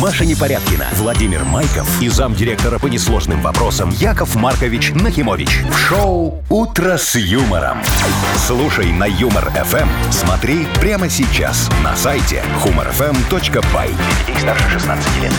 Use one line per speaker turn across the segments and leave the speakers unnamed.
Маша Непорядкина, Владимир Майков и замдиректора по несложным вопросам Яков Маркович Нахимович. В шоу «Утро с юмором». Слушай на «Юмор-ФМ». Смотри прямо сейчас на сайте humorfm.by. Для детей старше 16 лет.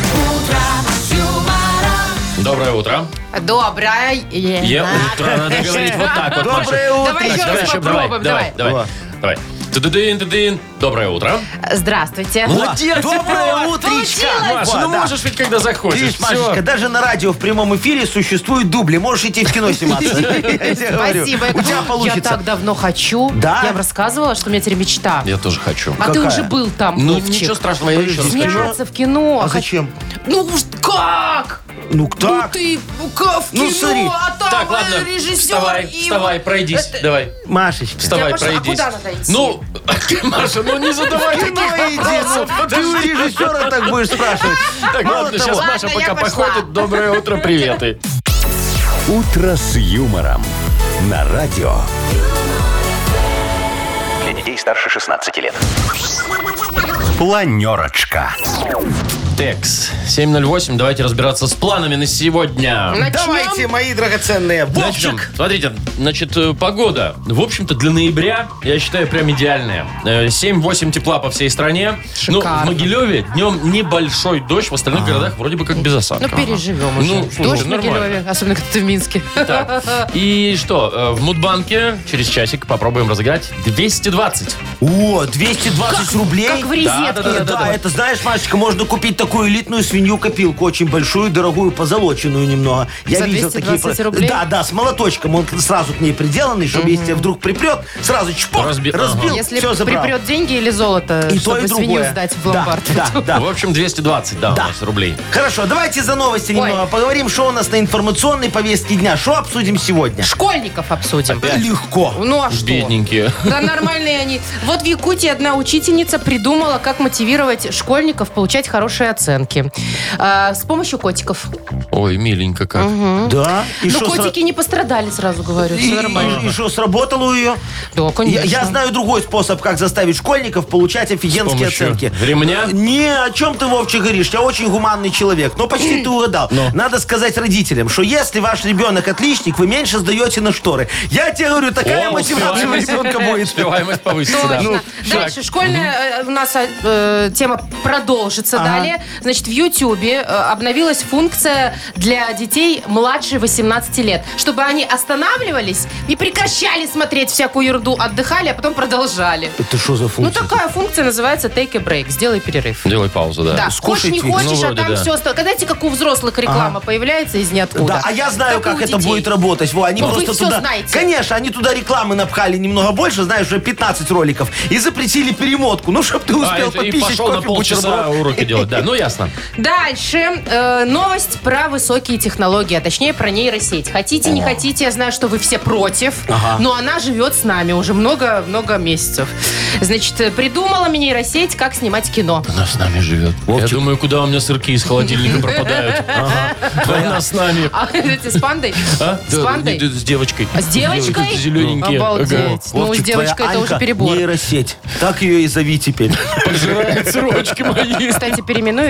Доброе утро.
Доброе.
Е утро, надо говорить вот так вот. Маша.
Доброе утро.
Давай еще
Давай,
раз
Маша,
попробуем.
Давай,
Давай.
давай, давай. Тудудын, тудын. Доброе утро.
Здравствуйте.
Молодец, доброе утречко.
Получилось.
Маша, ну
да.
можешь ведь когда захочешь.
Видишь,
Всё.
Машечка, даже на радио в прямом эфире существуют дубли. Можешь идти в кино сниматься. Я тебе говорю.
Спасибо.
У тебя
Я
получится.
так давно хочу.
Да?
Я вам рассказывала, что у меня теперь мечта.
Я тоже хочу.
А ты
Какая?
уже был там,
Ну,
Вовчик.
ничего страшного, я еще раз хочу.
Сняться в кино.
А зачем?
Ну уж как?
Ну,
Ну
так.
ты ну, ка, в кино,
Ну, смотри.
а там
Так,
э,
ладно,
режиссер
вставай,
и-
вставай, пройдись, давай.
Машечка.
Вставай,
пошла. А
пройдись.
куда надо идти?
Ну, Маша, ну не задавай
Ты
таких
иди, ну,
вопросов.
ты у режиссера так будешь спрашивать.
Так,
Мало
ладно,
того.
сейчас Маша
Ладно,
пока
я пошла.
походит. Доброе утро, приветы.
«Утро с юмором» на радио.
Для детей старше 16 лет.
Планерочка.
Текс 708, давайте разбираться с планами на сегодня.
Начнем?
Давайте, мои драгоценные.
Начнем.
Вовчик.
Смотрите, значит, э, погода, в общем-то, для ноября, я считаю, прям идеальная. Э, 7-8 тепла по всей стране.
Шикарно.
Но в Могилеве днем небольшой дождь, в остальных городах вроде бы как без осадков.
Ну, переживем уже.
Ну, слушай,
Дождь в
нормально.
Могилеве, особенно когда ты в Минске.
Так, и что, э, в Мудбанке через часик попробуем разыграть 220.
О, 220 рублей.
Как в резетке.
Да, это знаешь, Машечка, можно купить такую элитную свинью-копилку, очень большую, дорогую, позолоченную немного. Я
За
видел
220
такие. про-
рублей?
Да, да, с молоточком. Он сразу к ней приделанный, чтобы если тебя вдруг припрет, сразу чпок,
Разби-
разбил,
Если
все Ну, забрал.
припрет деньги или золото,
И то,
чтобы
и
свинью
другое.
сдать в ломбард.
Да, да, да.
В общем, 220, да,
Да.
у нас рублей.
Хорошо, давайте за новости
Ой.
немного поговорим, что у нас на информационной повестке дня, что обсудим сегодня.
Школьников обсудим.
Легко.
Ну а что?
Бедненькие.
Да нормальные они. Вот в Якутии одна учительница придумала, как мотивировать школьников получать хорошие оценки. А, с помощью котиков.
Ой, миленько как.
Да. И
Но
шо сра-
Ну. котики не пострадали, сразу говорю.
И
Все нормально.
и- и шо, сработало у ее?
Да,
Я,
конечно.
я знаю другой способ, как заставить школьников получать офигенские
помощью
оценки.
ремня?
Не, о чем ты, Вовчик, говоришь? Я очень гуманный человек. Но почти ты угадал. Надо сказать родителям, что если ваш ребенок отличник, вы меньше сдаете на шторы. Я тебе говорю, такая
О,
мотивация у
успеваемость.
ребенка будет.
Успеваемость повысится, да.
Точно.
Ну,
Дальше.
так.
Школьная э, у нас э, тема продолжится
Ага.
далее. Значит, в Ютьюбе э, обновилась функция для детей младше 18 лет, чтобы они останавливались, не прекращали смотреть всякую ерунду, отдыхали, а потом продолжали.
Это что за
Ну,
функция?
такая функция называется take a break, сделай перерыв.
Делай паузу, да.
Да, хочешь,
Скушать
не
их.
хочешь,
Ну,
а
вроде
там
да.
все остальное. Знаете, как у взрослых реклама появляется из ниоткуда.
Да, а я знаю,
Так и
как
у
это
детей.
будет работать. Во, они
Ну, вы
просто
всё
туда.
знаете.
Конечно, они туда рекламы напхали немного больше, знаешь, уже 15 роликов. И запретили перемотку. Ну, чтобы ты
А,
успел
и- и
пописать
пошел на полчаса уроки делать, да. Ну, ясно.
Дальше э, новость про высокие технологии, а точнее про нейросеть. Хотите, не хотите, я знаю, что вы все против, но она живет с нами уже много-много месяцев. Значит, э, придумала мне нейросеть, как снимать кино.
Она с нами живет. Я думаю, куда у меня сырки из холодильника пропадают. Она с нами.
А эти с пандой?
А?
С пандой?
Да, да, да, С девочкой.
А с девочкой?
Зелененькие. Ага.
Обалдеть. Ну, девочка, это уже перебор.
Нейросеть. Так ее и зови теперь.
Пожирает срочки мои.
Кстати, переименую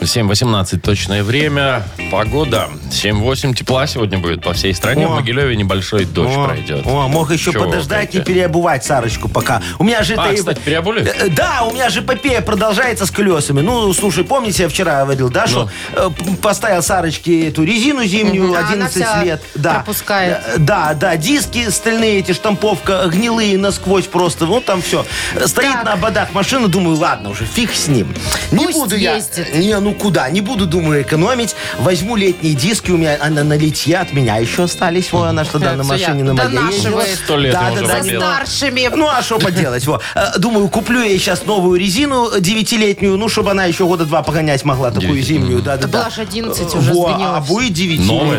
7.18 точное время. Погода. 7.8 тепла сегодня будет по всей стране.
О.
В Могилеве небольшой дождь
О,
пройдет.
О, мог еще
Чего вы
подождать и
хотите?
переобувать Сарочку пока. У меня же
А,
это-
кстати, переобули?
Э, Да, у меня же эпопея продолжается с колесами. Ну, слушай, помните, я вчера говорил, да,
Ну.
что э, п- поставил Сарочке эту резину зимнюю
А она
11
вся
лет. Да.
пропускает.
Э, Да, да, диски стальные, эти штамповка, гнилые насквозь просто. Ну, там все. Стоит
Так.
на ободах машина, думаю, ладно, уже фиг с ним. Не
Пусть
буду
ездит.
я. Не, ну куда? Не буду, думаю, экономить. Возьму летние диски, у меня она на литье от меня еще остались. Вот она что, да, на
Всё,
машине на
я
моей ездила.
донашивает.
Сто лет
Да,
им
да,
уже
да,
За
не-
пробило.
старшими.
ну, а что поделать? Во. Э, Думаю, куплю я сейчас новую резину э, девятилетнюю, ну, чтобы она еще года два погонять могла, такую
Девяти-
зимнюю. Да, да,
Да была
да.
же 11 уже,
Во,
сгнила
а
всё.
Новая
будет
же.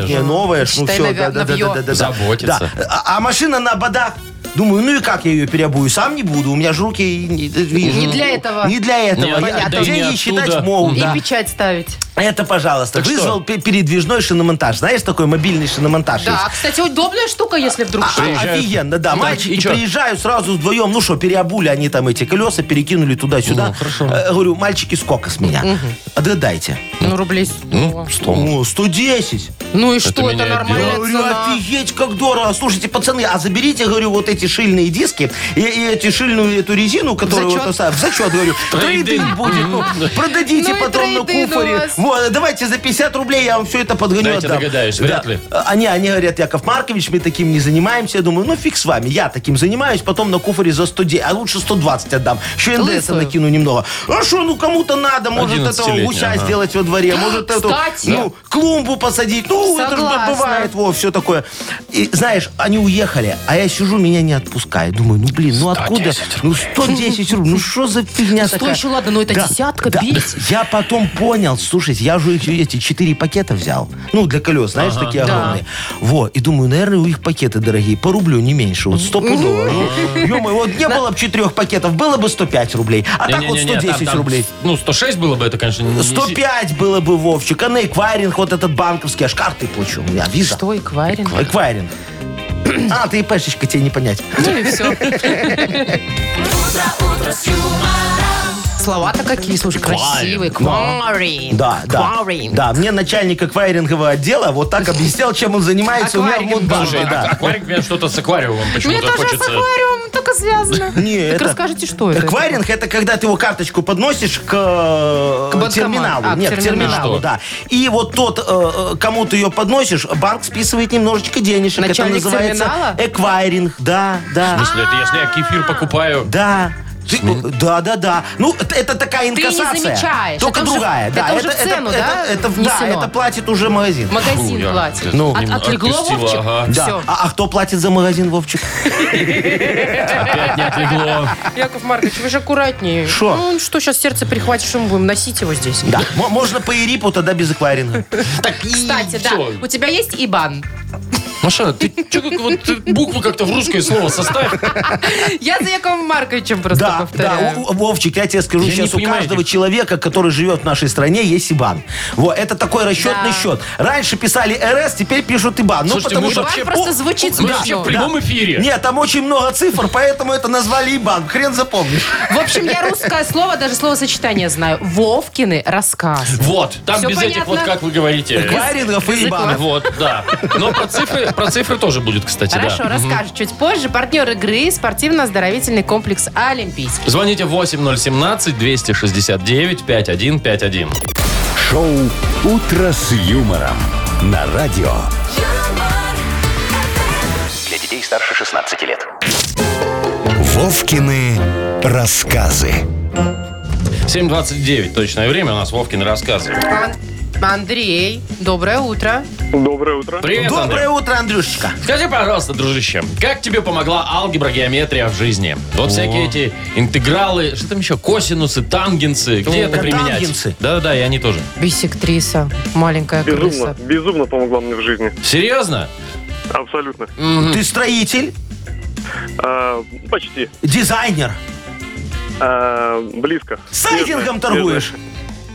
девятилетняя, новая, ж, ну
Считай,
все,
навя-
да, да, да,
навьё.
да, да, да.
Заботится.
Да. А а машина на ободах. Думаю, ну и как я ее переобую? Сам не буду, у меня же руки... и не- э, видишь,
Не
ну,
для этого.
Не для этого.
Не
Я
оттуда и не
деньги считать
оттуда.
могу,
И
да.
печать ставить.
Это, пожалуйста,
Так что?
вызвал пе- передвижной шиномонтаж. Знаешь, такой мобильный шиномонтаж есть?
Да, кстати, удобная штука, если вдруг
А,
что.
Приезжают.
Офигенно, да.
Так, и
Мальчики
чё?
приезжают сразу вдвоем. Ну что, переобули они там эти колеса, перекинули туда-сюда. Э, Говорю, мальчики, сколько с меня? Отгадайте.
Ну, рублей. Ну,
О, 110.
ну и что,
меня
это
и
Я
нормальная
говорю,
цена.
офигеть, как дорого. Слушайте, пацаны, а заберите, говорю, вот эти шильные диски и, и эти шильную эту резину, которую
зачет?
вот это- в зачет, говорю.
Трейдинг.
Трейдинг будет. ну, Продадите
Ну и
потом на
трейдин у
куфоре.
вас.
Вот, давайте за 50 рублей я вам все это подгоню.
Дайте
отдам.
догадаюсь, вряд
Да.
ли.
Они, они говорят, Яков Маркович, мы таким не занимаемся. Я думаю, ну фиг с вами, я таким занимаюсь, потом на куфоре за 100, а лучше 120 отдам. Еще НДС
Лысую.
накину немного. А что, ну кому-то надо, может этого
11-летний,
гуся
ага.
сделать во дворе, может эту
Кстати.
ну, клумбу посадить. Ну, это же
Согласна.
бывает, во, все такое. И знаешь, они уехали, а я сижу, меня не отпускает. Думаю, ну блин, ну откуда?
110
Ну 110 рублей, ну что за фигня
Стой
такая?
еще, ну ладно, но это десятка, бить.
Я потом понял, слушайте, я же их, эти четыре пакета взял. Ну, для колес, знаешь, такие
да.
огромные. Во, и думаю, наверное, у их пакеты дорогие. По рублю не меньше, вот стопудово. Ё-моё, вот не было бы четырех пакетов, было бы 105 рублей. А так вот
Не-не-не-не, там-
110
там,
рублей.
Ну, 106 было бы, это, конечно, не...
105 было бы, Вовчик, а на эквайринг вот этот банковский, аж карты плачу. У меня виза.
Что, эквайринг?
Эквайринг. А, ты ИПшечка, тебе не понять.
Ну и все. Слова-то какие, слушай, красивые. Кварин.
Да, да.
Кварин.
Да, мне начальник эквайрингового отдела вот так объяснял, чем он занимается у меня в
Акваринг.
Мудбанке.
Слушай, а-
Да.
акварик, мне что-то с аквариумом
Мне
почему-то
тоже с
хочется...
аквариумом только связано.
Не,
Так
это-
расскажите, что это?
Эквайринг это когда ты его карточку подносишь
К
к, э,
банкомату.
терминалу.
А, к
Нет, к терминалу,
терминалу.
да. И вот тот, э, э, кому ты ее подносишь, банк списывает немножечко денежек.
Начальник
это называется
терминала? А,
эквайринг. Да, да.
В смысле, это если я кефир покупаю...
Да. Ты- да, да, да. Ну, т- это такая
не
инкассация.
замечаешь.
Только
Это уже-
другая, да.
это уже в цену,
это-
да,
это- да,
внесено?
это платит уже магазин.
Фу,
Магазин
я-
платит.
Ну,
От-
немного
Отлегло,
отпустила,
Вовчик?
ага.
Да.
Все.
А, а кто платит за магазин, Вовчик?
Опять не отлегло.
Яков Маркович, вы же аккуратнее.
Шо?
Ну, что, сейчас сердце перехватишь, и мы будем носить его здесь.
Да. М- можно по ИРИПу, тогда без эквайринга.
Кстати, да,
всё.
у тебя есть Ибан?
Маша, Ну ты чё как вот ты буквы как-то в русское слово составь?
Я за Яковом Марковичем просто
Да, да,
повторяю.
у- у- Вовчик, я тебе скажу,
Я не
сейчас у
понимаю
каждого
этих-
человека, который живет в нашей стране, есть ИБАН. Вот, это такой расчетный
Да.
счет. Раньше писали РС, теперь пишут ИБАН. Ну,
Слушайте,
потому
мы
что...
вообще-
Иван просто
О,
звучит
Мы вообще в
смешно.
прямом эфире.
Нет, там очень много цифр, поэтому это назвали ИБАН. Хрен запомнишь.
В общем, я русское слово, даже словосочетание знаю. Вовкины рассказы.
Вот, там
Всё
без этих
понятно.
вот, как вы говорите. Э,
Эквайрингов и ИБАНов.
Вот, да. Но про цифры, про цифры тоже будет, кстати,
Хорошо,
да.
расскажешь чуть позже. Партнер игры – спортивно-оздоровительный комплекс «Олимпийский».
Звоните 8017-269-5151.
Шоу «Утро с юмором» на радио.
Для детей старше 16 лет.
Вовкины рассказы.
7.29 точное время, у нас Вовкин рассказ.
Ан- Андрей, доброе утро.
Доброе утро.
Привет, Андрей.
Доброе утро, Андрюшечка.
Скажи, пожалуйста, дружище, как тебе помогла алгебра, геометрия в жизни? Вот всякие эти интегралы, что там еще, косинусы, тангенсы, где это применять?
тангенсы.
Да-да-да, и они тоже.
Бисектриса, маленькая
Безумно,
крыса.
безумно помогла мне в жизни.
Серьезно?
Абсолютно.
Ты строитель,
А, почти.
дизайнер.
А, близко.
Сайдингом
Верно,
торгуешь.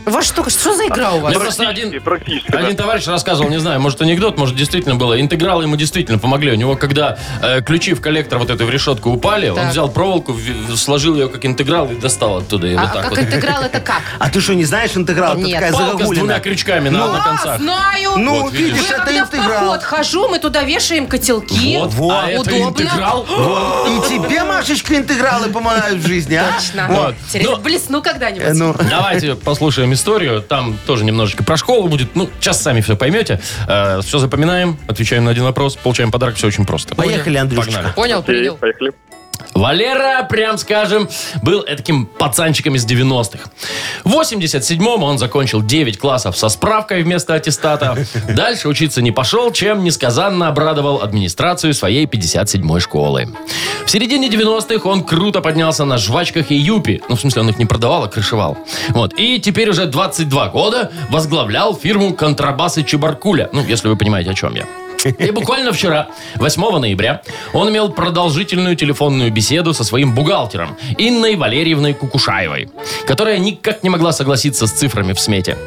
Во что, что за игра у вас?
Мне просто
верно. И
один...
Практически, да.
Один товарищ рассказывал, не знаю, может анекдот, может действительно было. Интегралы ему действительно помогли. У него, когда э, ключи в коллектор вот эту в решетку упали, он
Так.
взял проволоку, в- в- сложил ее как интеграл и достал оттуда. И
А
вот так
как
вот.
интеграл это как?
А ты что, не знаешь интеграл? Это
Нет.
такая
Палка с двумя
загогулина.
крючками на, на
А,
концах.
знаю!
Ну,
Вот, видишь.
видишь,
Я
это
когда в
интеграл.
поход хожу, мы туда вешаем котелки.
Вот, а это
Удобно.
интеграл.
Вот. И тебе, Машечка, интегралы помогают в жизни, а?
Точно.
Вот.
Интересно,
Ну.
блесну
Э,
когда-нибудь.
Ну,
Давайте послушаем историю. Там тоже немножечко про школу будет. Ну, сейчас сами все поймете. все запоминаем, отвечаем на один вопрос, получаем подарок. Все очень просто.
поехали, Андрюшечка.
Погнали.
Понял,
Окей,
принял.
поехали.
Валера, прям скажем, был таким пацанчиком из 90-х. В 87-м он закончил 9 классов со справкой вместо аттестата. Дальше учиться не пошел, чем несказанно обрадовал администрацию своей 57-й школы. В середине 90-х он круто поднялся на жвачках и юпи. Ну, в смысле, он их не продавал, а крышевал. Вот. И теперь уже 22 года возглавлял фирму «Контрабасы Чебаркуля». Ну, если вы понимаете, о чем я. И буквально вчера, 8 ноября, он имел продолжительную телефонную беседу со своим бухгалтером Инной Валерьевной Кукушаевой, которая никак не могла согласиться с цифрами в смете.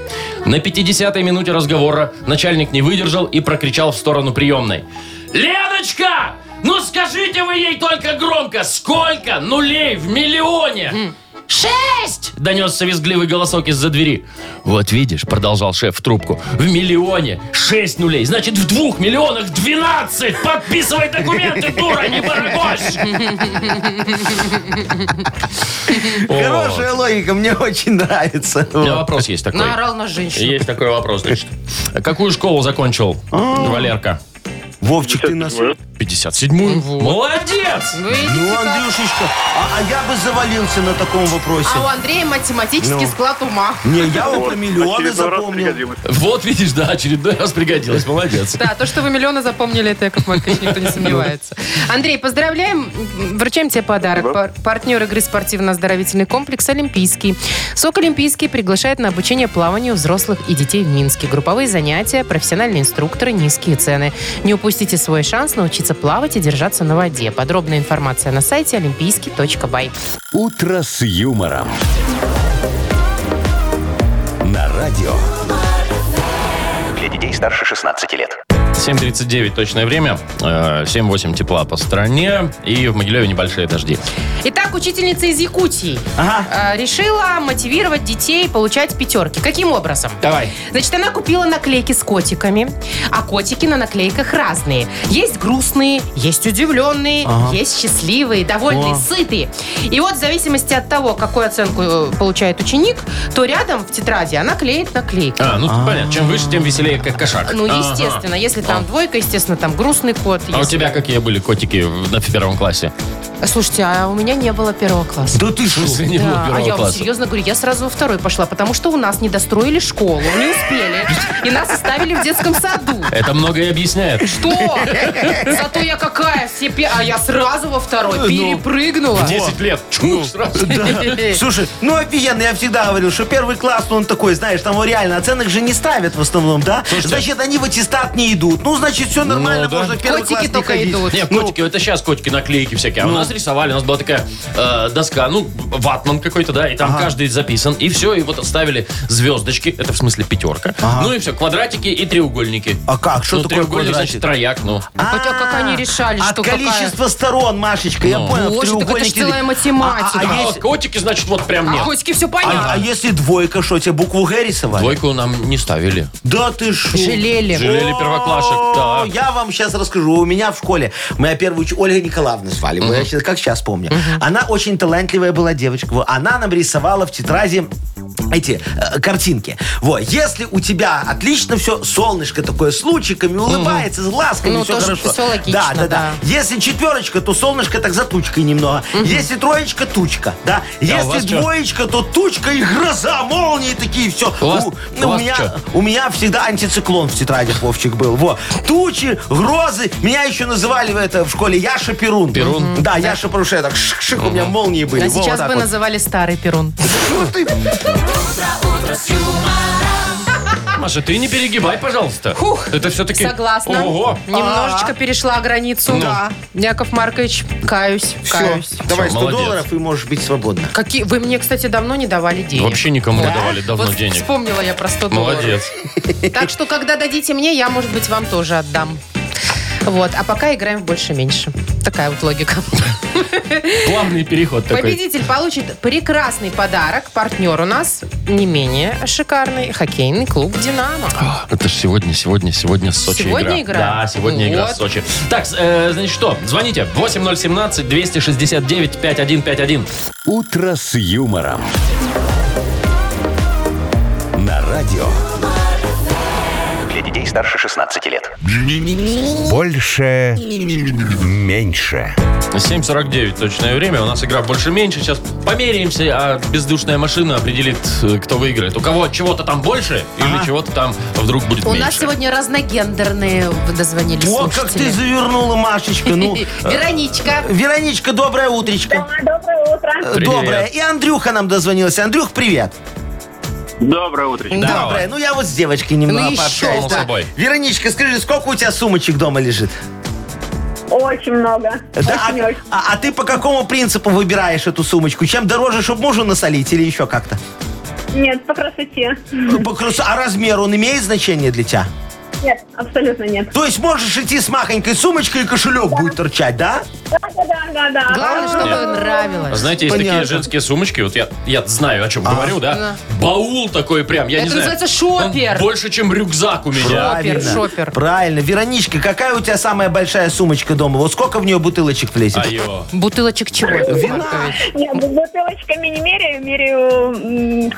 На 50-й минуте разговора начальник не выдержал и прокричал в сторону приемной. «Леночка! Ну скажите вы ей только громко, сколько нулей в миллионе?» «Шесть!» — донесся визгливый голосок из-за двери. «Вот видишь», — продолжал шеф в трубку, — «в миллионе шесть нулей, значит, в двух миллионах двенадцать! Подписывай документы, дура, не барагощ!»
Хорошая логика, мне очень нравится.
У меня вопрос есть такой.
Наорал на женщину.
Есть такой вопрос, значит. Какую школу закончил Валерка?
Вовчик, ты нас...
Седьмое.
57-ю. Молодец!
Вы видите,
Ну,
как?
Андрюшечка, а, а я бы завалился на таком вопросе.
А у Андрея математический
Ну.
склад ума.
Не, я А, вот про
Вот. А
миллионы
Очередной раз
запомнил.
пригодилось.
Вот видишь, да, очередной раз пригодилось. Молодец.
Да, то, что вы миллионы запомнили, это, Яков Маркович, никто не сомневается. Андрей, поздравляем. М, Вручаем тебе подарок. Пар- партнер игры спортивно-оздоровительный комплекс «Олимпийский». СОК «Олимпийский» приглашает на обучение плаванию взрослых и детей в Минске. Групповые занятия, профессиональные инструкторы, низкие цены. Не упустите свой шанс научиться плавать и держаться на воде. Подробная информация на сайте олимпийский.бай.
«Утро с юмором». На радио.
Для детей старше 16 лет.
7.39 точное время. Э, 7-8 тепла по стране. И в Могилеве небольшие дожди.
Итак, учительница из Якутии
Ага.
э, решила мотивировать детей получать пятерки. Каким образом?
Давай.
Значит, она купила наклейки с котиками, а котики на наклейках разные. Есть грустные, есть удивленные, есть счастливые, довольные, сытые. И вот в зависимости от того, какую оценку э, получает ученик, то рядом в тетради она клеит наклейки.
А, ну понятно. Чем выше, тем веселее, как кошак.
Ну,
Ага.
естественно, если там двойка, естественно, там грустный кот.
А у
если-
тебя какие были котики в- на первом классе?
Слушайте, а у меня не было первого класса.
Да ты что?
Если не
Да,
было
а
первого
я вам
класса.
серьезно говорю, я сразу во второй пошла, потому что у нас не достроили школу, не успели. И нас оставили в детском саду.
Это многое объясняет.
Что? Зато я какая все пе- А я сразу во
Ну,
второй перепрыгнула.
10 лет. Чух, сразу.
Слушай, ну офигенно, я всегда говорил, что первый класс, ну он такой, знаешь, там его реально оценок же не ставят в основном, да?
Слушайте.
Значит, они в аттестат не идут. Ну, значит, все нормально,
Ну, да.
можно в первый
Котики
класс не
только
ходить.
идут.
Не,
Ну.
котики, это сейчас котики наклейки всякие. А у
Ну.
нас рисовали, у нас была такая э, доска, ну, ватман какой-то, да, и там каждый записан. И все, и вот оставили звездочки, это в смысле пятерка. Ну и все, квадратики и треугольники.
А как? Что
ну,
такое
треугольник, значит,
квадратик?
трояк, ну.
Хотя как они решали,
От
что
количества сторон, Машечка, я
Ну.
понял. в
Боже, так это ж
треугольнике-
целая математика.
А, а
А
если-
котики, значит, вот прям
какая...
нет.
А котики все
а- а
понятно.
если двойка, что, тебе букву Г рисовали?
Двойку нам не ставили.
Да ты шо?
Жалели.
Жалели первоклашек, да.
О, Ну, Я вам сейчас расскажу. У меня в школе моя первая учительница, Ольга Николаевна звали, вот я щас- как сейчас помню. Она очень талантливая была девочка. Во, Она нам рисовала в тетради эти э, картинки. Вот, если у тебя отлично все, солнышко такое с лучиками, улыбается, с глазками,
Ну,
все
тоже
хорошо.
всё логично,
да, да,
да.
да. Если четверочка, то солнышко так за тучкой немного. Если троечка, тучка, да. Если
вас чё?
двоечка, то тучка и гроза, молнии такие, все.
У вас- у вас
меня,
чё?
у меня всегда антициклон в тетрадях, Вовчик, был. Во. Тучи, грозы. Меня еще называли в, это, в школе Яша Перун. Перун? Да, Яша Перун. что я Так шик-шик, у меня молнии были.
А
Во, вот
сейчас
так
бы
вот.
называли старый перун.
Ну ты-
Маша, ты не перегибай, пожалуйста.
Фух,
это все-таки...
Согласна.
Ого.
Немножечко
А.
перешла границу.
Ну.
Да. Яков Маркович, каюсь,
Все,
каюсь.
давай 100
молодец.
долларов и можешь быть свободно.
Какие... Вы мне, кстати, давно не давали денег.
Вообще никому не давали давно
Вот
денег.
Вспомнила я про 100 долларов.
Молодец.
Так что, когда дадите мне, я, может быть, вам тоже отдам. Вот, а пока играем в больше-меньше. Такая вот логика.
Плавный переход такой.
Победитель получит прекрасный подарок. Партнер у нас не менее шикарный хоккейный клуб «Динамо».
А, Это ж сегодня, сегодня, сегодня Сочи
Сегодня
игра.
игра?
Да, сегодня
Вот.
игра в Сочи. Так, э, значит что, звоните 8017-269-5151.
«Утро с юмором». На радио.
Для детей старше 16 лет.
Больше. Меньше.
7.49 точное время, у нас игра больше-меньше. Сейчас померяемся, а бездушная машина определит, э, кто выиграет. У кого чего-то там больше или чего-то там вдруг будет
У
меньше.
нас сегодня разногендерные дозвонились
О, как ты завернула, Машечка. Ну,
Вероничка.
Вероничка, доброе утречко. Э,
Да, А, доброе утро.
Доброе. И Андрюха нам дозвонился. Андрюх, привет.
Доброе утро.
Здорово.
Доброе. Ну, я вот с девочкой немного
Ну, еще,
пообщаюсь,
само
да.
собой.
Вероничка, скажи, сколько у тебя сумочек дома лежит?
Очень много.
Да,
очень,
а,
очень.
а- а ты по какому принципу выбираешь эту сумочку? Чем дороже, чтобы мужу насолить или еще как-то?
Нет, по красоте.
По красо- А размер он имеет значение для тебя?
Нет, абсолютно нет.
То есть можешь идти с махонькой сумочкой и кошелек будет торчать, да?
А, Да-да-да-да.
Главное, чтобы нравилось.
А Знаете, есть
Понятно. А.
такие женские сумочки, вот я, я знаю, о чем говорю, да? Баул такой прям, я
Это
не знаю.
называется шопер.
Он больше, чем рюкзак у меня.
Шопер,
Правильно.
шопер.
Правильно. Вероничка, какая у тебя самая большая сумочка дома? Вот сколько в нее бутылочек влезет?
Айо.
Бутылочек чего? Маркович?
Нет, бутылочками не меряю, меряю м,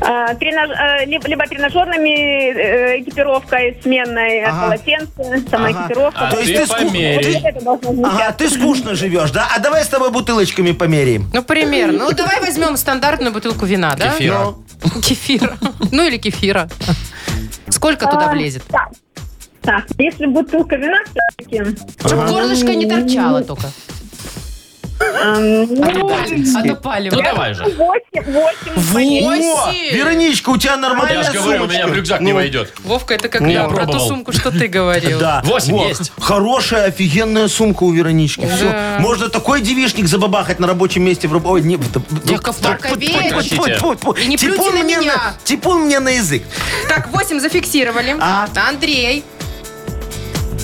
а, тренаж- а, ли- либо тренажерными э, экипировкой сменной, э,
Ага.
полотенце, сама
Ага.
экипировка.
А
То есть
ты
ты ску-
померяй.
Вот это должно быть.
Ага, ты скучно живешь, да? А давай с тобой бутылочками померяем.
Ну, примерно. Ну, давай возьмем стандартную бутылку вина, да?
Кефира.
Кефира. Ну, или кефира. Сколько туда влезет?
Так. Так, если бутылка вина, все-таки...
Чтобы горлышко не торчало только. А От опаливания.
Ну давай же.
ну, Восемь, восемь.
О,
Восемь!
Вероничка, у тебя
Я
нормальная
же говорю, у меня в
сумочка.
рюкзак не
Ну,
войдет.
Вовка, это как
Ну,
я
я
про ту
пробовал.
сумку, что ты говорил.
Да.
Восемь
Во,
есть.
Хорошая, офигенная сумка у Веронички. Всё.
Да.
Можно такой девишник забабахать на рабочем месте в раб- Ой, не... да, да,
Яков
Ну, так,
Маркович.
тьфу, тьфу, тьфу, тьфу, тьфу.
И не
Типун
плюйте на
мне
меня.
Типун мне на язык.
Так, 8 зафиксировали.
А.
Андрей.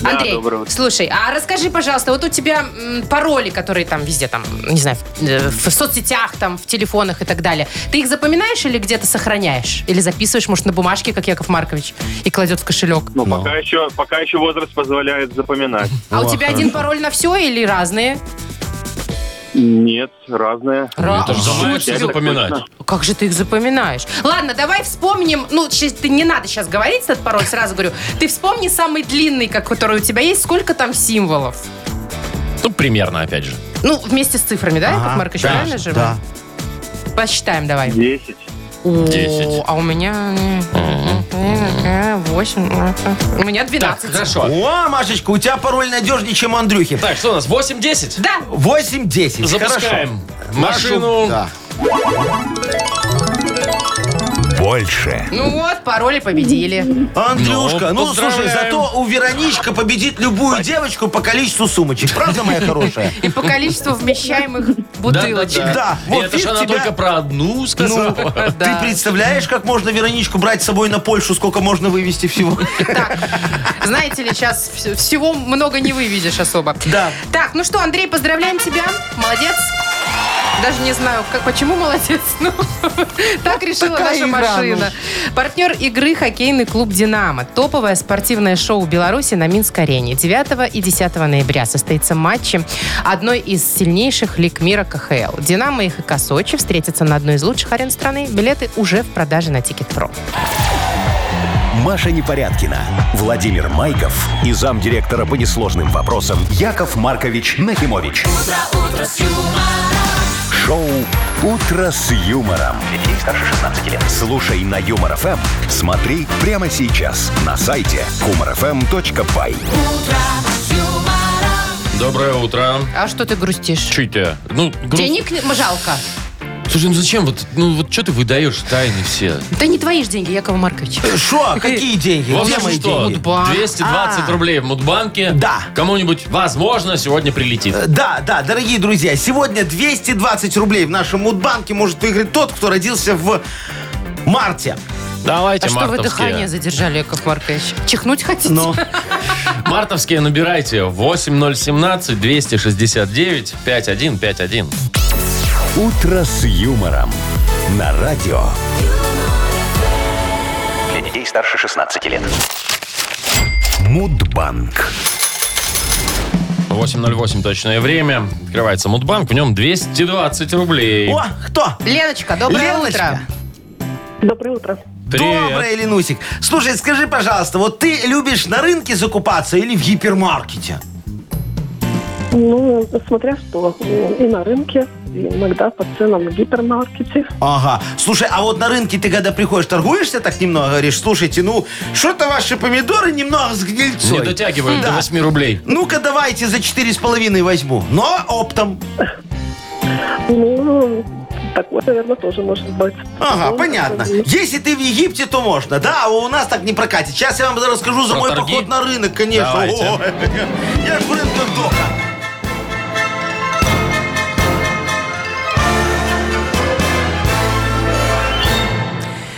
Андрей, слушай, а расскажи, пожалуйста, вот у тебя м, пароли, которые там везде, там, не знаю, в, э, в соцсетях, там, в телефонах и так далее, ты их запоминаешь или где-то сохраняешь? Или записываешь, может, на бумажке, как Яков Маркович, и кладет в кошелек?
Ну, пока еще, пока еще возраст позволяет запоминать.
А у тебя один пароль на все или разные?
Нет, разное.
Ра-
Это же
Жуть
замаешься
себе.
запоминать.
Как же ты их запоминаешь? Ладно, давай вспомним. Ну, щас- ты не надо сейчас говорить этот пароль, сразу говорю. Ты вспомни самый длинный, как, который у тебя есть. Сколько там символов?
Ну, примерно, опять же.
Ну, вместе с цифрами, да, Яков
Ага,
Маркович?
да,
правильно же?
Да.
Посчитаем давай.
Десять.
О,
Десять.
А у меня... э, Восемь. э, У меня
Так,
двенадцать.
хорошо.
О, Машечка, у тебя пароль надежнее, чем у Андрюхи.
Так, что у нас? 8-10?
Да,
8-10.
Запускаем
Хорошо.
машину.
Да.
Больше.
ну вот, пароли победили.
Андрюшка,
Ну,
ну, слушай,
поздравляем.
зато у Вероничка победит любую девочку по количеству сумочек. Правда, моя хорошая?
И по количеству вмещаемых бутылочек.
да. Да, Ну.
И
вот
это же
видишь,
она
тебя-
только про одну сказала.
Ты представляешь, как можно Вероничку брать с собой на Польшу, сколько можно вывести всего?
Знаете ли, сейчас всего много не выведешь особо.
Да.
Так, ну что, Андрей, поздравляем тебя. Молодец. Даже не знаю, как, почему молодец. Ну, так решила
Ну, такая
наша
игра, ну.
машина. Партнер игры хоккейный клуб «Динамо». Топовое спортивное шоу Беларуси на Минск-арене. 9 и 10 ноября состоится матчи одной из сильнейших лиг мира КХЛ. «Динамо» и ХК Сочи встретятся на одной из лучших арен страны. Билеты уже в продаже на Тикет.Про.
Маша Непорядкина, Владимир Майков и замдиректора по несложным вопросам Яков Маркович Нахимович. Шоу Утро с юмором. Детей старше 16 лет. Слушай на юмор ФМ. Смотри прямо сейчас на сайте humorfm.by.
Доброе утро.
А что ты грустишь?
Чуйте. Ну, груз-
Денег жалко.
Слушай, ну зачем? Вот, ну вот что ты выдаешь тайны все?
Да не твои же деньги, Яков Маркович.
Шо, какие деньги?
Вот
Где мои
что,
деньги?
Мудбанк.
220
А.
рублей в Мудбанке.
Да.
Кому-нибудь, возможно, сегодня прилетит.
Да, да, дорогие друзья, сегодня 220 рублей в нашем Мудбанке может выиграть тот, кто родился в марте.
Давайте,
А что вы дыхание
мартовские.
задержали, Яков Маркович? Чихнуть хотите?
Но
Мартовские набирайте 8017-269-5151.
Утро с юмором. На радио.
Для детей старше 16 лет.
Мудбанк.
8.08 точное время. Открывается Мудбанк, в нем 220 рублей.
О, кто?
Леночка, доброе
Леночка.
утро.
Доброе утро.
Привет.
Доброе, Ленусик. Слушай, скажи, пожалуйста, вот ты любишь на рынке закупаться или в гипермаркете?
Ну, смотря что. И на рынке, и иногда по ценам в гипермаркете.
Ага. Слушай, а вот на рынке ты, когда приходишь, торгуешься так немного, говоришь, слушайте, ну, что-то ваши помидоры немного с гнильцой.
Не дотягивают до
Да.
8 рублей.
Ну-ка, давайте за 4,5 возьму. Но оптом.
Ну, так такое, наверное, тоже может быть.
Ага,
Ну,
понятно.
как бы,
Если ты в Египте, то можно. Да, а у нас так не прокатит. Сейчас я вам расскажу за
Про
мой
торги?
поход на рынок, конечно.
Давайте.
О, Я ж в рынках дока.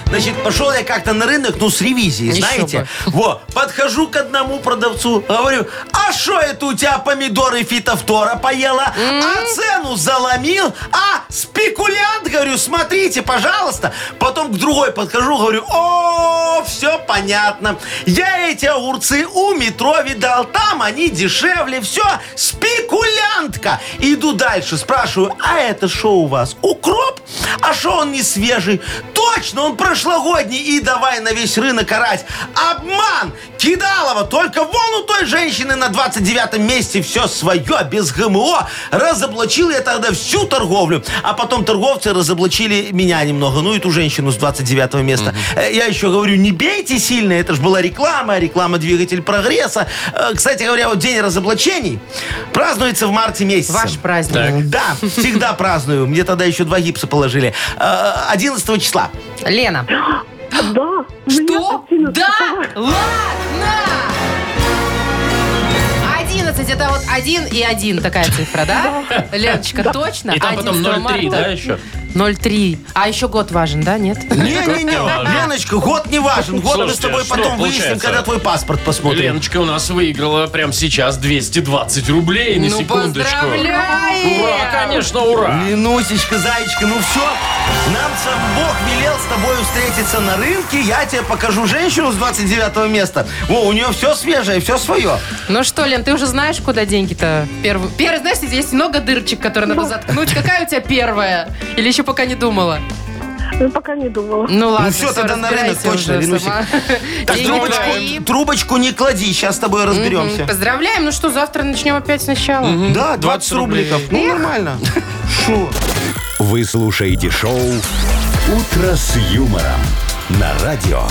Значит, пошел я как-то на рынок, ну, с ревизией,
Еще
знаете. Вот, подхожу к одному продавцу, говорю, а что это у тебя помидоры фитофтора поела? А цену заломил? А спекулянт, говорю, смотрите, пожалуйста. Потом к другой подхожу, говорю, о, все понятно. Я эти огурцы у метро видал, там они дешевле, все, спекулянтка. Иду дальше, спрашиваю, а это что у вас, укроп? А что он не свежий? Точно, он прошлогодний. И давай на весь рынок орать. Обман! Кидалова! Только вон у той женщины на 29 месте все свое, без ГМО. Разоблачил я тогда всю торговлю. А потом торговцы разоблачили меня немного. Ну и ту женщину с 29 места. Э, Я еще говорю, не бейте сильно. Это же была реклама. Реклама двигатель прогресса. Э, Кстати говоря, вот день разоблачений празднуется в марте месяце.
Ваш праздник.
Да, всегда праздную. Мне тогда еще два гипса положили. Э, 11 числа.
Лена.
Да.
Что?
меня
Да? Ладно! 11, это вот 1 и 1 такая цифра, да? Леночка, точно?
И там потом
11
0,3, да,
марта?
еще?
0,3. А еще год важен, да, нет?
Не-не-не, Леночка, год не важен. Год мы с
Слушайте, а
тобой
что
потом выясним,
получается?
когда твой паспорт посмотрим.
Леночка у нас выиграла прям сейчас 220 рублей на
Ну,
секундочку.
поздравляем!
Ура, конечно, ура.
Минуточка, зайчка, ну все. Нам сам Бог велел с тобой встретиться на рынке. Я тебе покажу женщину с 29 места. Во, у нее все свежее, все свое.
Ну что, Лен, ты уже знаешь, куда деньги-то? Первый, первый, знаешь, есть много дырочек, которые
Ну.
надо заткнуть. Какая у тебя первая? Или еще пока не думала?
Ну, пока не думала.
Ну ладно,
всё, тогда на рынок
разбирайся
точно,
уже
Ленусик.
сама.
Так,
Деньги твои.
трубочку, трубочку не клади, сейчас с тобой разберемся.
Мгм, Поздравляем. Ну что, завтра начнем опять сначала.
Да, 20 рубликов. Ну, нормально. Шо?
Вы слушаете шоу «Утро с юмором» на радио.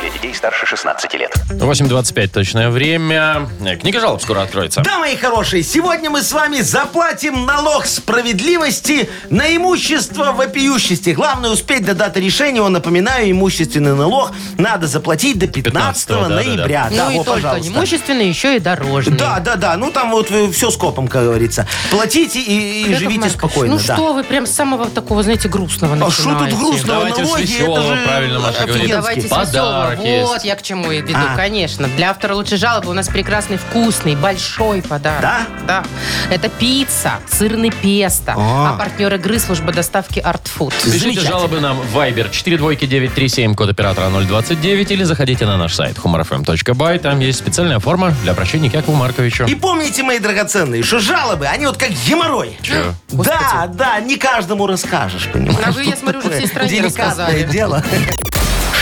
Для детей старше 16 лет.
8.25 точное время. Э, Книга жалоб скоро откроется.
Да, мои хорошие, сегодня мы с вами заплатим налог справедливости на имущество вопиющести. Главное успеть до даты решения, он, напоминаю, имущественный налог надо заплатить до 15,
15-го, да,
ноября.
Ну
Да,
и
вот,
только
пожалуйста.
имущественный, еще и дорожный.
Да, да, да. Ну там вот все скопом, как говорится. Платите и, и
Яков
живите
Маркович,
спокойно.
Ну
да.
что вы прям с самого такого, знаете, грустного
А
начинаете.
что тут грустного?
Давайте с
Налоги,
веселого,
это же
правильно Маша говорит.
офигенски.
Давайте с
Подарок
веселого.
есть.
Вот я к чему и веду,
А.
конечно. Для автора лучшей жалобы у нас прекрасный, вкусный, большой подарок.
Да?
Да. Это пицца, сырный песто.
А.
А партнер игры служба доставки Art Food.
Пишите жалобы нам в Viber 42937, код оператора 029, или заходите на наш сайт humorfm.by. Там есть специальная форма для обращения к Якову Марковичу.
И помните, мои драгоценные, что жалобы, они вот как геморрой.
Чё?
Да, да, не каждому расскажешь, понимаешь?
А вы, я смотрю, уже всей стране
Деликатное
рассказали.
дело.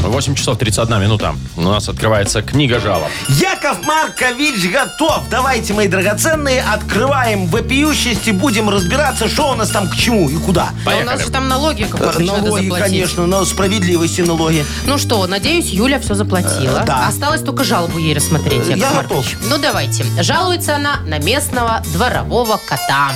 8 часов 31 минута. У нас открывается книга жалоб.
Яков Маркович готов. Давайте, мои драгоценные, открываем вопиющести, будем разбираться, что у нас там к чему и куда.
А у нас
Поехали.
же там налоги, как обычно, надо
Э, налоги,
заплатить.
конечно, на справедливости налоги.
Ну что, надеюсь, Юля все заплатила.
Э, да. Э,
Осталось только жалобу ей рассмотреть. Яков
Я
Маркович. Ну давайте. Жалуется она на местного дворового кота,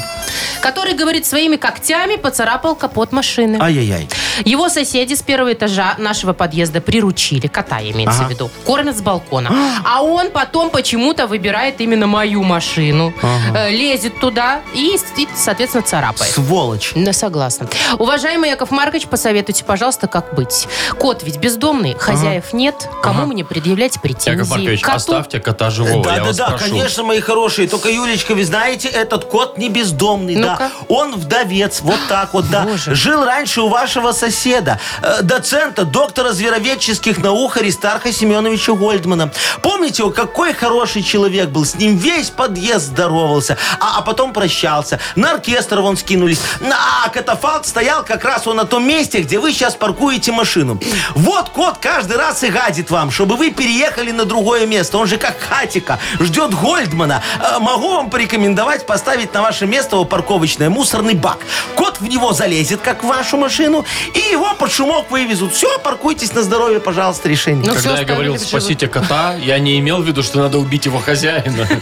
который, говорит, своими когтями поцарапал капот машины.
Ай-яй-яй.
Его соседи с первого этажа нашего подъезда приручили, кота имеется в виду, кормят с балкона. А он потом почему-то выбирает именно мою машину, э, лезет туда и, и, соответственно, царапает.
Сволочь.
Да, согласна. Уважаемый Яков Маркович, посоветуйте, пожалуйста, как быть. Кот ведь бездомный, хозяев нет. Кому мне предъявлять претензии?
Яков Маркович,
Коту?
оставьте кота живого, я
да,
вас
да,
прошу.
конечно, мои хорошие. Только, Юлечка, вы знаете, этот кот не бездомный,
Ну-ка.
да. Он вдовец, вот так вот, да.
Боже.
Жил раньше у вашего соседа, э, доцента, доктора звероведческих наук Аристарха Семеновича Гольдмана. Помните, о, какой хороший человек был? С ним весь подъезд здоровался, а, а потом прощался. На оркестр вон скинулись. На, а катафалк стоял как раз он на том месте, где вы сейчас паркуете машину. Вот кот каждый раз и гадит вам, чтобы вы переехали на другое место. Он же как хатика, ждет Гольдмана. Э, Могу вам порекомендовать поставить на ваше место его парковочное мусорный бак. Кот в него залезет, как в вашу машину, и его под шумок вывезут. Все, паркуйтесь на здоровье, пожалуйста, решение.
Ну, всё,
Когда я
остановили,
говорил
почему?
«спасите кота», я не имел в виду, что надо убить его хозяина.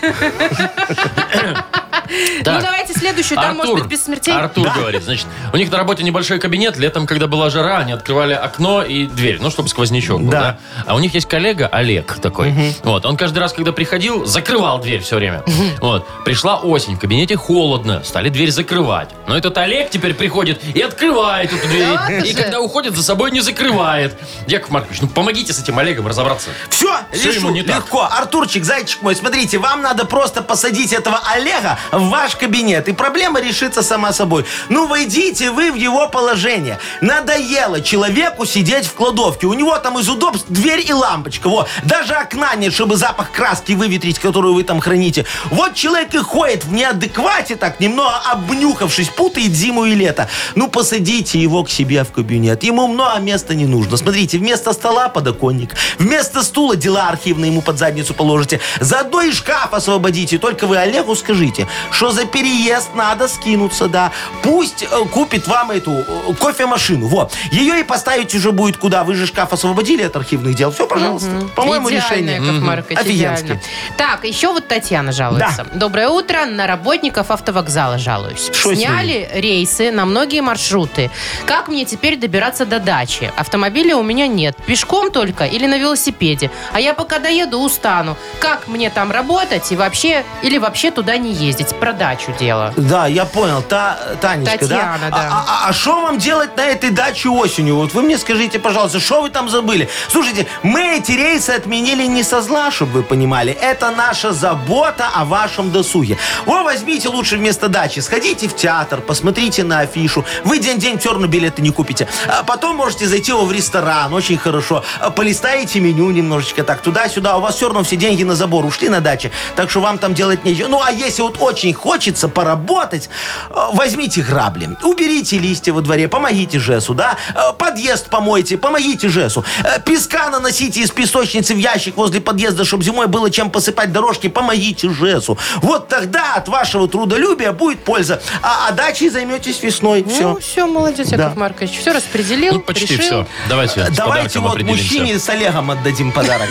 Ну, давайте следующую, там, может быть, без смертей.
Артур говорит, значит, у них на работе небольшой кабинет, летом, когда была жара, они открывали окно и дверь, ну, чтобы сквознячок был, да.
Да.
А у них есть коллега Олег такой, вот, он каждый раз, когда приходил, закрывал дверь все время, вот. Пришла осень, в кабинете холодно, стали дверь закрывать, но этот Олег теперь приходит и открывает эту дверь,
Да ты
и
же.
когда уходит, за собой не закрывает. Яков Маркович, ну, помогите с этим Олегом разобраться.
Все,
Всё
решу,
ему не так.
легко. Артурчик, зайчик мой, смотрите, вам надо просто посадить этого Олега в ваш кабинет, и проблема решится сама собой. Ну, войдите вы в его положение. Надоело человеку сидеть в кладовке. У него там из удобств дверь и лампочка. Во, даже окна нет, чтобы запах краски выветрить, которую вы там храните. Вот человек и ходит в неадеквате так, немного обнюхавшись, путает зиму и лето. Ну, посадите его к себе в кабинет. Ему много места не нужно. Смотрите, вместо стола подоконник, вместо стула дела архивные ему под задницу положите, заодно и шкаф освободите. Только вы Олегу скажите, что за переезд надо скинуться, да. Пусть э, купит вам эту э, кофемашину, вот. Ее и поставить уже будет куда. Вы же шкаф освободили от архивных дел. Все, пожалуйста. По-моему,
Идеально,
решение.
Яков Маркович,
Офигенский.
идеально. Так, еще вот Татьяна жалуется. Доброе утро, на работников автовокзала жалуюсь.
Шо с ними?
Сняли рейсы на многие маршруты. Как мне теперь добираться до дачи? Автомобиля у меня нет. Пешком только или на велосипеде. А я пока доеду, устану. Как мне там работать и вообще, или вообще туда не ездить? Про дачу дело.
Да, я понял. Та, Танечка,
Татьяна, да.
А что вам делать на этой даче осенью? Вот вы мне скажите, пожалуйста, что вы там забыли? Слушайте, мы эти рейсы отменили не со зла, чтобы вы понимали. Это наша забота о вашем досуге. Вы возьмите лучше вместо дачи. Сходите в театр, посмотрите на афишу. Вы день-день все равно билеты не купите. А потом можете зайти в ресторан, очень хорошо. А Полистаете меню немножечко так, туда-сюда. У вас все равно все деньги на забор ушли на даче. Так что вам там делать нечего. Ну, а если вот очень хочется поработать, э, возьмите грабли, уберите листья во дворе, помогите Жесу, да? Э, Подъезд помойте, помогите Жесу. Э, Песка наносите из песочницы в ящик возле подъезда, чтобы зимой было чем посыпать дорожки, помогите Жесу. Вот тогда от вашего трудолюбия будет польза. А, а дачей займетесь весной.
Ну,
Все.
все, молодец,
Да.
Яков Маркович. Все распределил,
Ну, почти
решил.
все. Давайте с
Давайте
подарком
вот
определимся.
мужчине с Олегом отдадим подарок.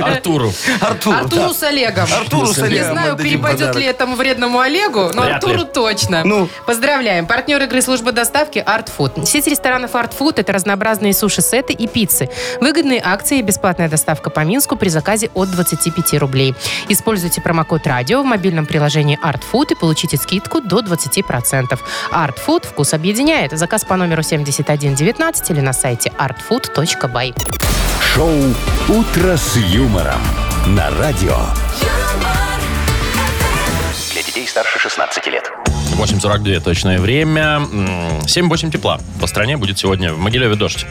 Артуру.
Артуру,
Артуру
да.
с Олегом.
Артуру с
Не
Олегом
знаю,
отдадим
перепадет
подарок.
ли этому вредному Олегу, но
Вряд ли.
Артуру точно.
Ну.
Поздравляем. Партнер игры службы доставки Art Food. Сеть ресторанов Art Food – это разнообразные суши-сеты и пиццы. Выгодные акции и бесплатная доставка по Минску при заказе от 25 рублей. Используйте промокод «Радио» в мобильном приложении Art Food и получите скидку до 20%. Art Food – вкус объединяет. Заказ по номеру 7119 или на сайте artfood.by.
Шоу «Утро с юмором» на радио.
Для детей старше 16 лет.
8.42 точное время. М, 7-8 тепла. По стране будет сегодня в Могилеве дождь.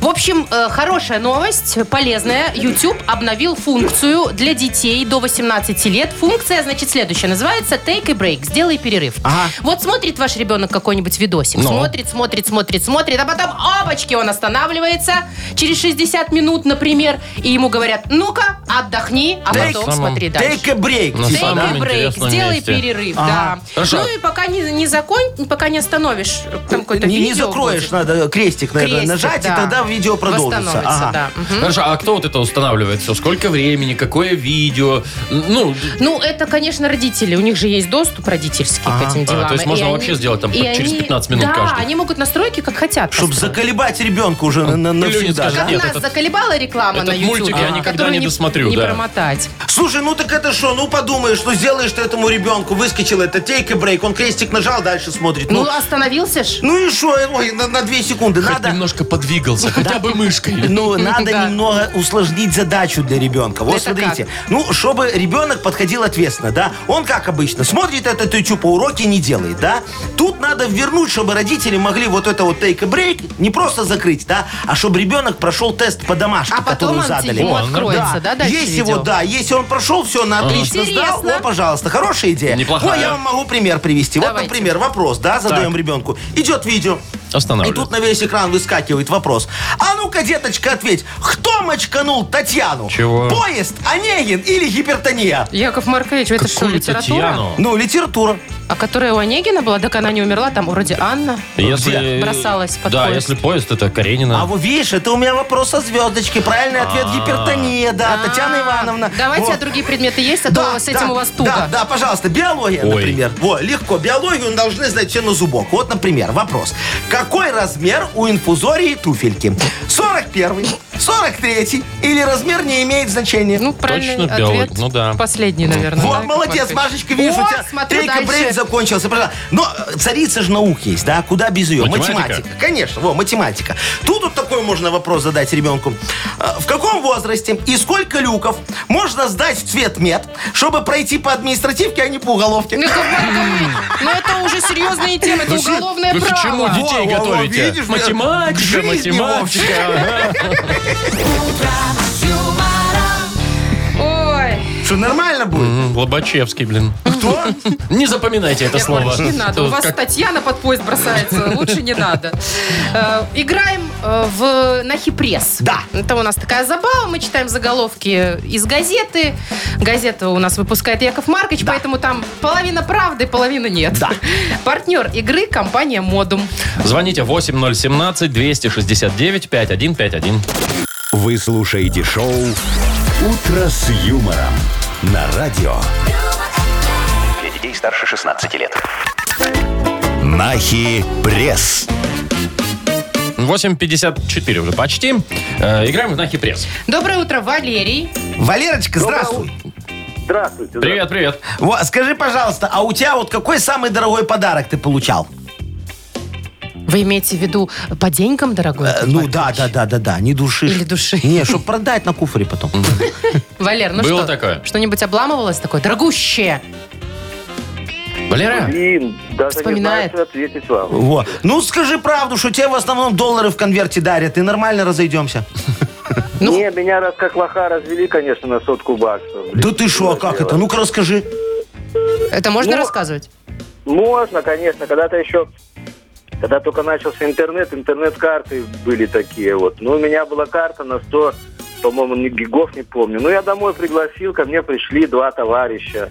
В общем, э, хорошая новость, полезная. YouTube обновил функцию для детей до 18 лет. Функция, значит, следующая. Называется Take a Break. Сделай перерыв.
Ага.
Вот смотрит ваш ребенок какой-нибудь видосик.
Ну.
Смотрит, смотрит, смотрит, смотрит. А потом, опачки, он останавливается. Через 60 минут, например. И ему говорят, ну-ка, отдохни, а
Take-
потом смотри дальше.
Take a break.
На
Take
типа, да?
самом
a break,
интересном
сделай
месте.
перерыв,
Ага.
да.
Хорошо.
Ну и пока не, не законь, пока не остановишь там какое-то
не, не
видео
закроешь,
будет.
надо крестик, наверное,
Крестик,
нажать,
да.
и тогда видео продолжится.
Восстановится,
Ага.
да. Мгм.
Хорошо, а кто вот это устанавливает все? Сколько времени, какое видео? Ну,
Ну, это, конечно, родители. У них же есть доступ родительский к этим
А,
делам.
то есть
И
можно
они-
вообще сделать там
и
через
они-
15 минут
да,
каждый.
они могут настройки как хотят.
Чтобы
настроить.
заколебать ребенка уже на, на-
Плюнет,
навсегда.
скажет,
да?
Как
Нет,
нас
этот-
заколебала реклама
этот
на YouTube,
мультик я никогда
которую
не досмотрю,
не
да.
промотать.
Слушай, ну так это что? Ну подумаешь, ну сделаешь ты этому ребенку, выскочил это take a break, он крестик нажал, дальше смотрит.
Ну,
Ну,
остановился ж.
ну и что? Ой, на, на две секунды.
хоть
надо
немножко подвигался, хотя бы мышкой.
Ну, надо
Да.
немного усложнить задачу для ребенка. Вот
Это
смотрите.
как?
Ну, чтобы ребенок подходил ответственно, да? Он, как обычно, смотрит этот YouTube, а уроки не делает, да? Тут надо вернуть, чтобы родители могли вот это вот take a break не просто закрыть, да? А чтобы ребенок прошел тест по домашке,
А потом
которую
он
задали.
ему
О, ну
откроется, да, дальше
если
видео?
вот, да, если он прошел, все, на отлично сдал,
Интересно.
о, пожалуйста, хорошая идея.
Неплохая.
О, я вам могу пример привести.
Давайте.
Вот, например, вопрос, да, задаем ребенку. Идет видео. И
Останавливает.
тут на весь экран выскакивает вопрос. А ну-ка, деточка, ответь, кто мочканул Татьяну?
Чего?
Поезд, Онегин или гипертония?
Яков Маркович, это что,
Какую
литература?
Татьяну?
Ну, литература.
А которая у Онегина была, так она не умерла, там вроде Анна.
Если...
Бросалась под
Да,
поезд.
если поезд, это Каренина.
А вот видишь, это у меня вопрос со звездочки. Правильный ответ
А.
гипертония, да, Татьяна Ивановна.
А, Давайте,
Вот.
а другие предметы есть, а то с этим у вас туго.
Да, да, пожалуйста, биология,
Ой.
например. Во, легко. Биологию должны знать все на зубок. Вот, например, вопрос. Какой размер у инфузории туфельки? 41, 43 или размер не имеет значения?
Ну, правильный
Точно биолог,
ответ.
ну да.
Последний, наверное.
Вот,
да,
молодец,
Яков Маркович?
Машечка, видишь, у
О,
тебя
смотрю
трейка
дальше.
брейн закончился. пожалуйста. Но э, царица же наук есть, да? Куда без ее?
Математика.
Математика. Конечно, во, математика. Тут вот такой можно вопрос задать ребенку. Э, В каком возрасте и сколько люков можно сдать в цвет мед, чтобы пройти по административке, а не по уголовке?
Ну, Яков Маркович, ну, это уже серьезные темы, это
Вы че-
уголовное
вы к чему
право.
детей
Во, во, во,
готовите?
видишь, к
математика,
жизни,
математика. ага.
Ой,
Что, нормально будет?
М, Лобачевский, блин.
Кто?
Не запоминайте это
Яков
слово.
Маркович, не надо. У
Тут
вас
как-
Татьяна под поезд бросается. Лучше не надо. Э, Играем э, в нахипресс.
Да.
Это у нас такая забава. Мы читаем заголовки из газеты. Газету у нас выпускает Яков Маркович, поэтому там половина правды, половина нет.
Да.
Партнер игры – компания «Модум».
Звоните 8017-269-5151.
Вы слушаете шоу «Утро с юмором» на радио.
Для детей старше 16 лет.
Нахи пресс.
8.54 уже почти. Э, Играем в Нахи Пресс.
Доброе утро, Валерий.
Валерочка, здравствуй.
Здравствуйте.
Привет, привет.
Во, скажи, пожалуйста, а у тебя вот какой самый дорогой подарок ты получал?
Вы имеете в виду по деньгам, дорогой?
Э,
Яков
Ну
Маркович?
да, да, да, да, да, не души.
Или души.
Не, чтобы продать на куфоре потом.
Валер, ну
Было
что?
такое.
Что-нибудь обламывалось такое? Дорогущее.
Валера,
Блин, даже
Вспоминает.
не знаю, что ответить вам.
Во. Ну скажи правду, что тебе в основном доллары в конверте дарят, и нормально разойдемся.
Ну.
Не, меня раз как лоха развели, конечно, на сотку баксов. блин.
Да ты шо, а как это? Ну-ка расскажи.
Это можно
Ну,
рассказывать?
Можно, конечно, когда-то еще... Когда только начался интернет, интернет-карты были такие вот. Ну, у меня была карта на 100, по-моему, ни гигов не помню. Ну, я домой пригласил, ко мне пришли два товарища.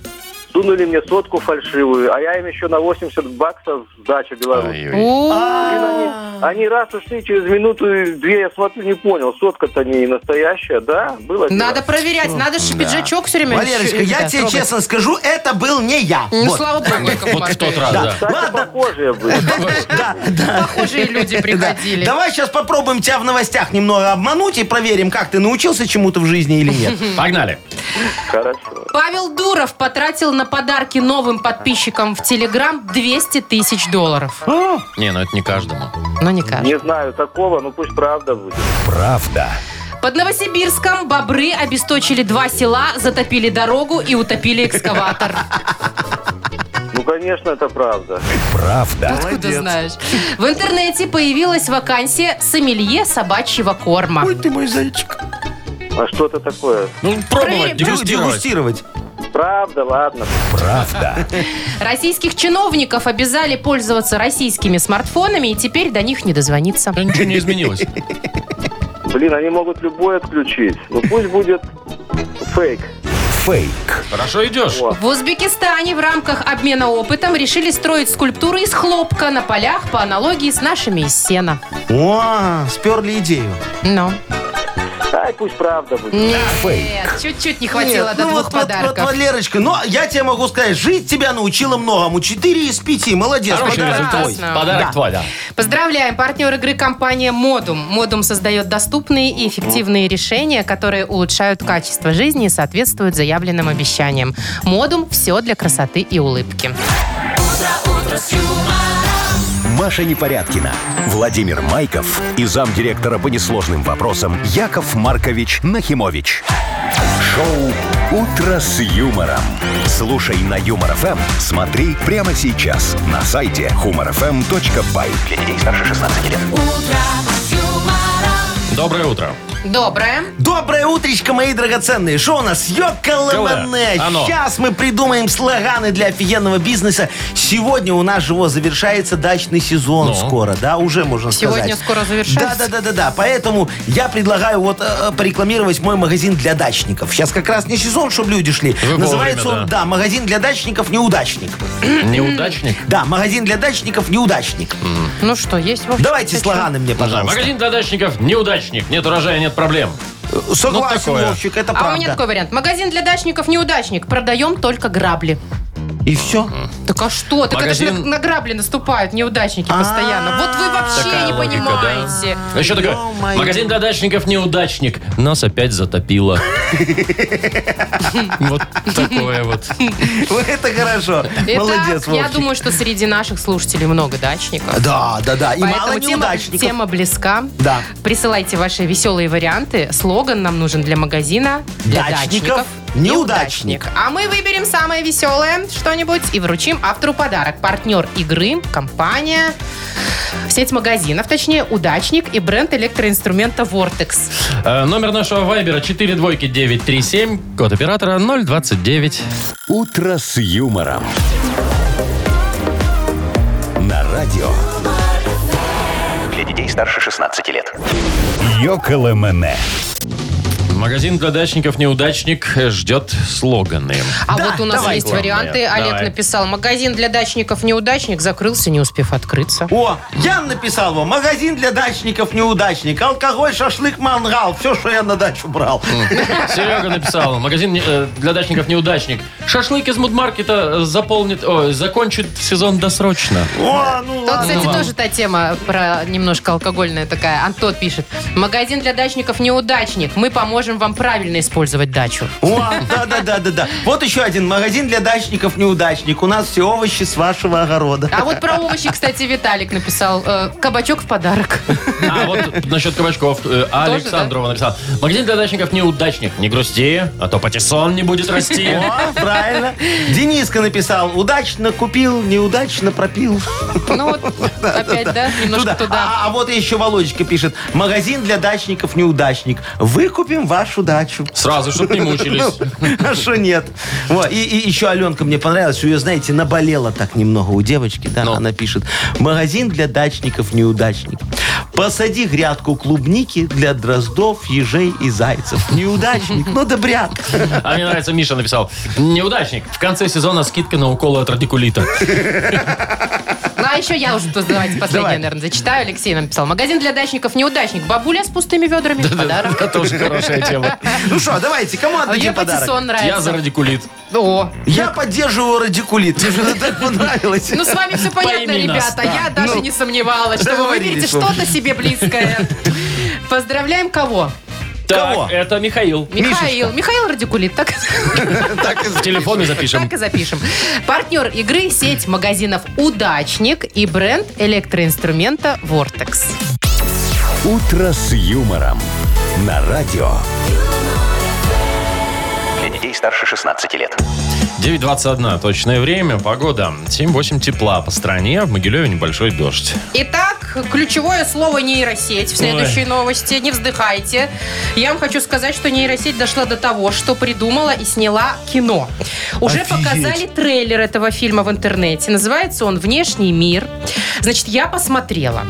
Сунули мне сотку фальшивую, а я им еще на 80 баксов сдача белорусская.
А!
О,
Блин, они, они раз ушли, через минуту и две, я смотрю, не понял, сотка-то не настоящая, да? Было дело.
Надо проверять, надо же пиджачок все время.
Валерочка,
щ-
я
да,
тебе
трогать.
честно скажу, это был не я.
Ну,
Вот.
слава богу,
вот
Яков
в
Маркович.
тот раз, да.
Да.
Кстати,
Ладно.
похожие были.
Да,
Похожие люди
да.
приходили.
Давай сейчас попробуем тебя в новостях немного обмануть и проверим, как ты научился чему-то в жизни или нет.
погнали.
Хорошо.
Павел Дуров потратил на подарки новым подписчикам в Телеграм 200 тысяч долларов.
Не, ну это не каждому.
Ну, не кажется.
Не знаю такого, но пусть правда будет.
Правда.
Под Новосибирском бобры обесточили два села, затопили дорогу и утопили экскаватор.
Ну, конечно, это правда.
Правда.
Откуда знаешь? В интернете появилась вакансия сомелье собачьего корма.
ты мой зайчик.
А что это такое?
Ну, пробовать,
При-
дегустировать.
Дегустировать.
Правда, ладно.
Российских чиновников обязали пользоваться российскими смартфонами, и теперь до них не дозвониться.
Да Ничего не изменилось.
Блин, они могут любой отключить. Ну, пусть будет фейк.
Фейк.
Хорошо идешь.
О.
В Узбекистане в рамках обмена опытом решили строить скульптуры из хлопка на полях по аналогии с нашими из сена.
О, сперли идею.
Ну.
Ай, пусть правда будет.
Нет, чуть-чуть не хватило
Нет,
до
ну
двух
вот, вот,
подарков.
Вот, Валерочка, но я тебе могу сказать, жизнь тебя научила многому. Четыре из пяти, молодец.
Хороший
подарок
результат.
твой.
Классно.
Подарок
Да.
твой, да.
Поздравляем! Партнер игры компания «Модум». «Модум» создает доступные и эффективные решения, которые улучшают качество жизни и соответствуют заявленным обещаниям. «Модум» – все для красоты и улыбки.
Маша Непорядкина, Владимир Майков и замдиректора по несложным вопросам Яков Маркович Нахимович. Шоу «Утро с юмором». Слушай на Юмор ФМ, смотри прямо сейчас на сайте humorfm.by.
Для детей старше 16 лет.
Доброе утро.
Доброе.
Доброе утречко, мои драгоценные. Шо у нас? Ёбка лабане.
Оно.
Сейчас мы придумаем слоганы для офигенного бизнеса. Сегодня у нас живо завершается дачный сезон
Ну.
скоро, да, уже можно сказать.
Сегодня скоро завершается.
Да, да, да, да, да. Поэтому я предлагаю вот э, э, порекламировать мой магазин для дачников. Сейчас как раз не сезон, чтобы люди шли.
Вы
Называется
вовремя,
он, да, магазин для дачников неудачник.
Неудачник.
Да, магазин для дачников неудачник.
Ну что, есть Вовчик?
Давайте
Ты
слоганы мне,
Да,
пожалуйста.
магазин для дачников неудачник. Нет урожая, нет проблем.
Э, Согласен,
Ну, такое.
Вовчик, это
чё? А у меня
правда.
такой вариант. Магазин для дачников неудачник. Продаем только грабли.
И все.
Так а что? Так это же
Магазин-
на, на грабли наступают неудачники постоянно. Вот вы вообще
Такая
не
логика,
понимаете.
да. А Еще такой.
Ё-моё.
Магазин для дачников неудачник. Нас опять затопило. Вот такое вот.
Ну, Это хорошо.
Итак,
Молодец,
я
Вовчик.
думаю, что среди наших слушателей много дачников.
Да, да, да. И мало
Поэтому тема,
неудачников.
тема близка.
Да.
Присылайте ваши веселые варианты. Слоган нам нужен для магазина. Для
Дачников,
дачников.
неудачник.
А мы выберем самое веселое что-нибудь и вручим автору подарок. Партнер игры, компания, сеть магазинов, точнее, удачник и бренд электроинструмента Vortex.
Э, Номер нашего вайбера 4 двойки 937. Код оператора 029.
«Утро с юмором». На радио
Для детей старше 16 лет.
«Йоколэмэне».
Магазин для дачников неудачник э, ждет слоганы.
А вот у нас
давай,
есть
главное.
варианты. Олег
Давай.
написал, магазин для дачников неудачник закрылся, не успев открыться.
О, Ян написал вам, магазин для дачников неудачник, алкоголь, шашлык, мангал, все, что я на дачу брал.
Серега написал, магазин э, для дачников неудачник. Шашлык из мудмаркета э, заполнит, ой, закончит сезон досрочно.
О, ну
Тут,
ладно.
кстати,
вам.
тоже та тема про немножко алкогольная такая. Антон пишет. Магазин для дачников неудачник. Мы поможем вам правильно использовать дачу.
О, да, да, да, да, да. Вот еще один магазин для дачников неудачник. У нас все овощи с вашего огорода.
А вот про овощи, кстати, Виталик написал. э, Кабачок в подарок.
А вот насчет кабачков. э, Александрова написала. Магазин для дачников неудачник. Не грусти, а то патиссон не будет расти.
О, правильно. Дениска написал, удачно купил, неудачно пропил.
Ну вот, опять, да, немножко туда.
А, а вот еще Володечка пишет, магазин для дачников неудачник. Выкупим вашу дачу.
Сразу, чтобы не мучились.
Ну, А что нет? Во, И, и еще Аленка мне понравилась. У ее, знаете, наболела так немного у девочки. Да?
Ну.
Она пишет. Магазин для дачников неудачник. Посади грядку клубники для дроздов, ежей и зайцев. Неудачник, но добряк.
А мне нравится, Миша написал. Неудачник. В конце сезона скидка на уколы от радикулита.
Ну, а еще я уже тут, давайте
Давай.
последнее, наверное, зачитаю. Алексей нам писал. Магазин для дачников неудачник. Бабуля с пустыми ведрами в подарок.
Это тоже хорошая тема.
Ну что, давайте, кому
А мне
отдадим подарок?
патиссон
Я за
нравится.
радикулит.
О,
Я поддерживаю радикулит. Мне же это так понравилось.
ну с вами все понятно,
Пойми нас,
ребята. Я даже не сомневалась, что вы выберете
договорились, в общем.
что-то себе близкое. Поздравляем кого?
Так,
Кого?
это Михаил.
Михаил. Михаил Радикулит. Так,
Так и
В телефоне запишем.
так и запишем. Партнер игры – сеть магазинов «Удачник» и бренд электроинструмента «Вортекс».
«Утро с юмором». На радио
Для детей старше 16 лет.
9.21 точное время, погода 7-8 тепла по стране, в Могилеве небольшой дождь.
Итак, ключевое слово нейросеть в следующей новости. Не вздыхайте. Я вам хочу сказать, что нейросеть дошла до того, что придумала и сняла кино. Уже
Офигеть.
показали трейлер этого фильма в интернете. Называется он «Внешний мир». Значит, я посмотрела.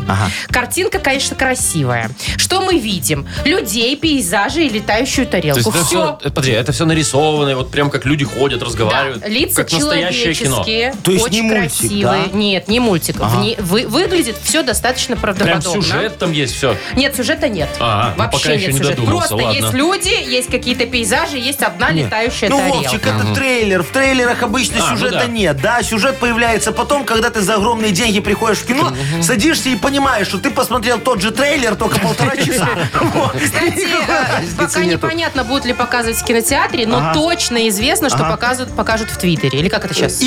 Картинка, конечно, красивая. Что мы видим? Людей, пейзажи и летающую
То
тарелку.
есть это
Все.
все, подожди, это все нарисовано, вот прям как люди ходят, разговаривают.
Да, лица
э, как настоящее кино.
человеческие,
То есть
очень
не мультик,
красивые.
да?
Нет, не мультик. Вне- вы- выглядит все достаточно
Прям
правдоподобно.
сюжет там есть, все.
Нет, сюжета нет.
Ага, ну
Вообще
пока
нет
еще не
сюжета.
додумался,
Просто
ладно.
есть люди, есть какие-то пейзажи, есть одна летающая
Ну,
тарелка.
Вовчик, это трейлер. В трейлерах обычно
А, ну
сюжета
да.
нет. Да, сюжет появляется потом, когда ты за огромные деньги приходишь в кино, садишься и понимаешь, что ты посмотрел тот же трейлер, только полтора часа. Вот.
Кстати,
Никакой
э,
разницы
пока
нету.
непонятно, будут ли показывать в кинотеатре, но
Ага.
точно известно, что
Ага.
покажут, покажут в Твиттере. Или как это сейчас?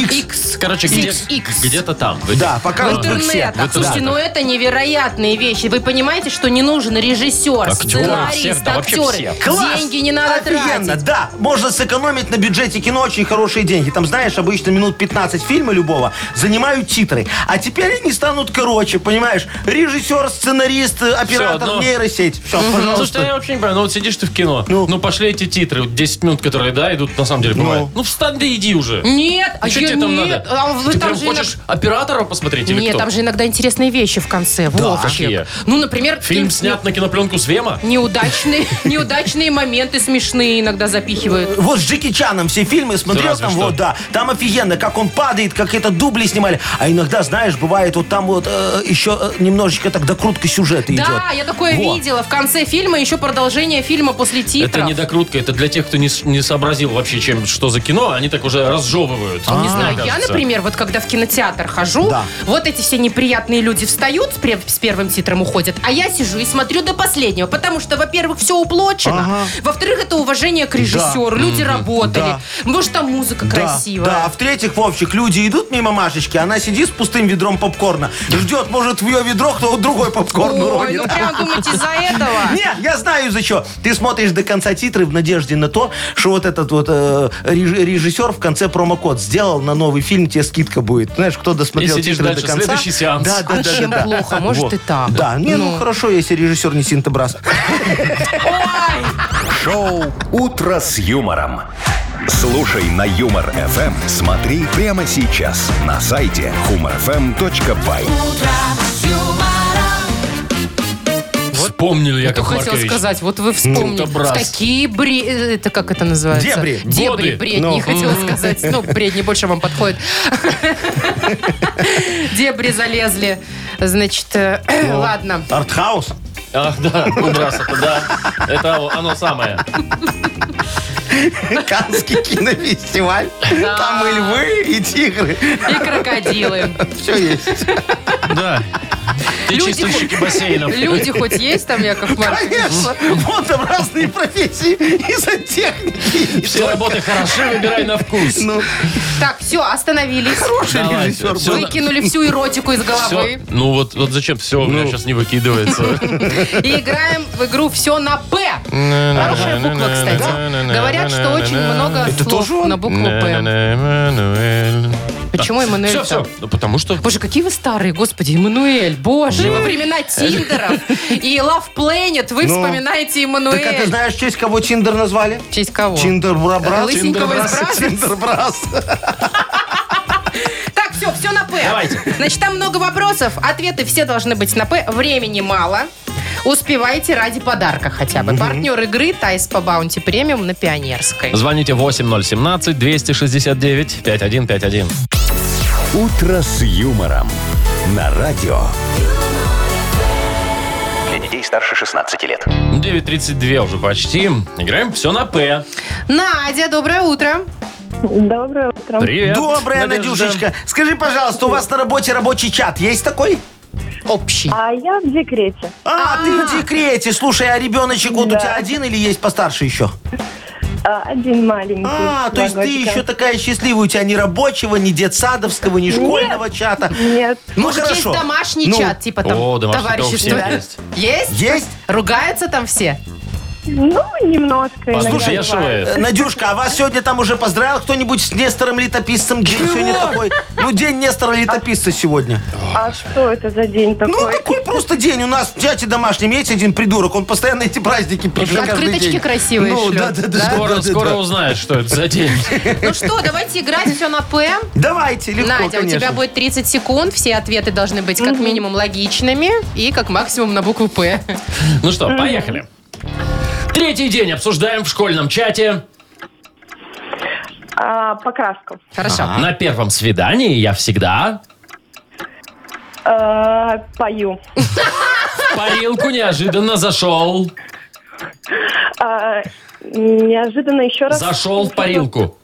Короче, где-
Икс, икс.
где-то там.
Да,
В
покажут в
интернет.
всех.
Слушайте,
Да.
ну это не невероятные вещи. Вы понимаете, что не нужен режиссер,
Актеры, всех,
сценарист,
да, вообще
актеры.
всех.
Класс!
Деньги не надо
Офигенно,
тратить.
да. Можно сэкономить на бюджете кино очень хорошие деньги. Там, знаешь, обычно минут 15 фильма любого занимают титры. А теперь они станут короче, понимаешь? Режиссер, сценарист, э, оператор,
одно.
нейросеть. Все,
Слушай,
пожалуйста.
я вообще не понимаю, ну вот сидишь ты в кино, ну,
Ну.
пошли эти титры, вот 10 минут, которые, да, идут, на самом деле, бывает. Ну, встань да иди уже.
Нет, а
что
я-
тебе там
нет,
надо?
а вы
ты
там
прям
же
хочешь оператора посмотреть или
Нет,
кто?
там же иногда интересные вещи в конце. Вовчик.
Какие?
Ну, например,
Фильм
ты-
снят на кинопленку с Вема?
Неудачные, неудачные моменты смешные иногда запихивают.
Вот с Джеки Чаном все фильмы смотрел
разве
там,
что.
вот, да. Там офигенно, как он падает, как это дубли снимали. А иногда, знаешь, бывает, вот там вот э, еще э, немножечко так докрутка сюжета идет.
Да, я такое
Во.
видела. В конце фильма еще продолжение фильма после титров.
Это не докрутка, это для тех, кто не, с- не сообразил вообще, чем что за кино, они так уже разжевывают.
Ну, Не знаю, я, например, вот когда в кинотеатр хожу,
Да.
вот эти все неприятные люди встают, с, пре- с первым титром уходят, а я сижу и смотрю до последнего, потому что, во-первых, все уплочено, во-вторых, это уважение к режиссеру, люди работали, может, там музыка
Да,
красивая.
Да, а в-третьих, Вовчик, люди идут мимо Машечки, она сидит с пустым ведром попкорна, ждет, может, в ее ведро кто-то другой попкорн
Ой,
уронит.
ну прям думать из-за этого.
Нет, я знаю за что. Ты смотришь до конца титры в надежде на то, что вот этот вот э, реж- режиссер в конце промокод сделал на новый фильм, тебе скидка будет. Знаешь, кто досмотрел
И сидишь
титры
дальше,
до конца.
следующий сеанс.
Да, да,
А
да,
чем
да, да.
плохо? Может,
Вот.
и так.
Да, не, ну
Ну.
хорошо, если режиссер не синтобраз.
Ой!
Шоу «Утро с юмором». Слушай на Юмор ФМ. Смотри прямо сейчас на сайте humorfm.by.
Вспомнил, Яков
Хотел
Маркович.
сказать, вот вы вспомнили.
Ну, добрас.
В такие бре... э, Это как это называется?
Дебри.
Дебри,
Годы.
бредни.
Ну.
Хотела сказать. Ну, бредни больше вам подходит. Дебри залезли. Значит, э,
Ну.
ладно.
Артхаус?
Ах, да, ну, раз это, да. Это оно самое.
Канский кинофестиваль. Там и львы, и тигры.
И крокодилы.
Все есть.
Да. И
Люди-
чистильщики бассейнов.
Люди хоть есть там, Яков Маркович?
Конечно, вот там разные профессии и сантехники. и
Все работы хороши, выбирай на вкус.
Ну,
Так, все, остановились.
хороший
Давайте,
режиссер
всё.
был.
Выкинули всю эротику из
Все.
головы.
Ну вот, вот зачем все у меня сейчас не выкидывается.
И играем в игру «Все на П». Хорошая буква, кстати. Говорят, что очень много слов на букву «П». Почему Эммануэль
Все,
там?
все. Ну потому что...
Боже, какие вы старые, господи, Эммануэль, боже,
Ну,
во
э,
времена Тиндеров и Love Planet вы вспоминаете
Так а ты
Эммануэль.
знаешь, в честь кого Тиндер назвали?
В честь кого?
Тиндер-брабрас.
Лысенького из Бразерс?
Тиндер-брас.
Так, все, все на П.
Давайте.
Значит, там много вопросов, ответы все должны быть на П, времени мало. Успевайте ради подарка хотя бы. Партнер игры Тайс по Баунти Премиум на Пионерской.
Звоните 8017-269-5151.
«Утро с юмором» на радио.
Для детей старше 16 лет.
9.32 уже почти. Играем все на П.
Надя, доброе утро.
Доброе утро.
Привет.
Добрая,
Надежда.
Надюшечка. Скажи, пожалуйста, у вас на работе рабочий чат есть такой?
Общий.
А я в декрете.
А, ты в декрете. Слушай, а ребеночек вот у
Да.
тебя один или есть постарше еще?
А, один маленький.
А, то есть ты
Два годика.
еще такая счастливая. У тебя ни рабочего, ни детсадовского, ни школьного чата.
Нет.
Ну,
Может, есть
хорошо.
домашний
Ну,
чат, типа там
О, домашний, это у
товарищество.
всех есть.
Есть?
Есть?
Ругаются там все?
Ну, немножко.
Послушай, я
иногда бывает.
шивает.
Э, Надюшка, а вас сегодня там уже поздравил кто-нибудь с Нестором Летописцем? День сегодня такой. Ну, день Нестора Летописца сегодня.
А что это за день такой?
Ну, такой просто день. У нас в чате домашнем есть один придурок. Он постоянно эти праздники пишет каждый
Открыточки
день.
красивые
Ну,
шлет,
да, да, да. да,
Скоро,
да,
скоро
да.
узнаешь, что это за день.
Ну что, давайте играть все на П.
Давайте, легко,
Надя, у тебя
конечно.
будет 30 секунд. Все ответы должны быть как минимум логичными и как максимум на букву П.
Ну что, поехали. Третий день обсуждаем в школьном чате.
А, покраску.
Хорошо.
На первом свидании я всегда
А, пою.
в парилку неожиданно зашел.
А, неожиданно еще раз.
Зашел в парилку.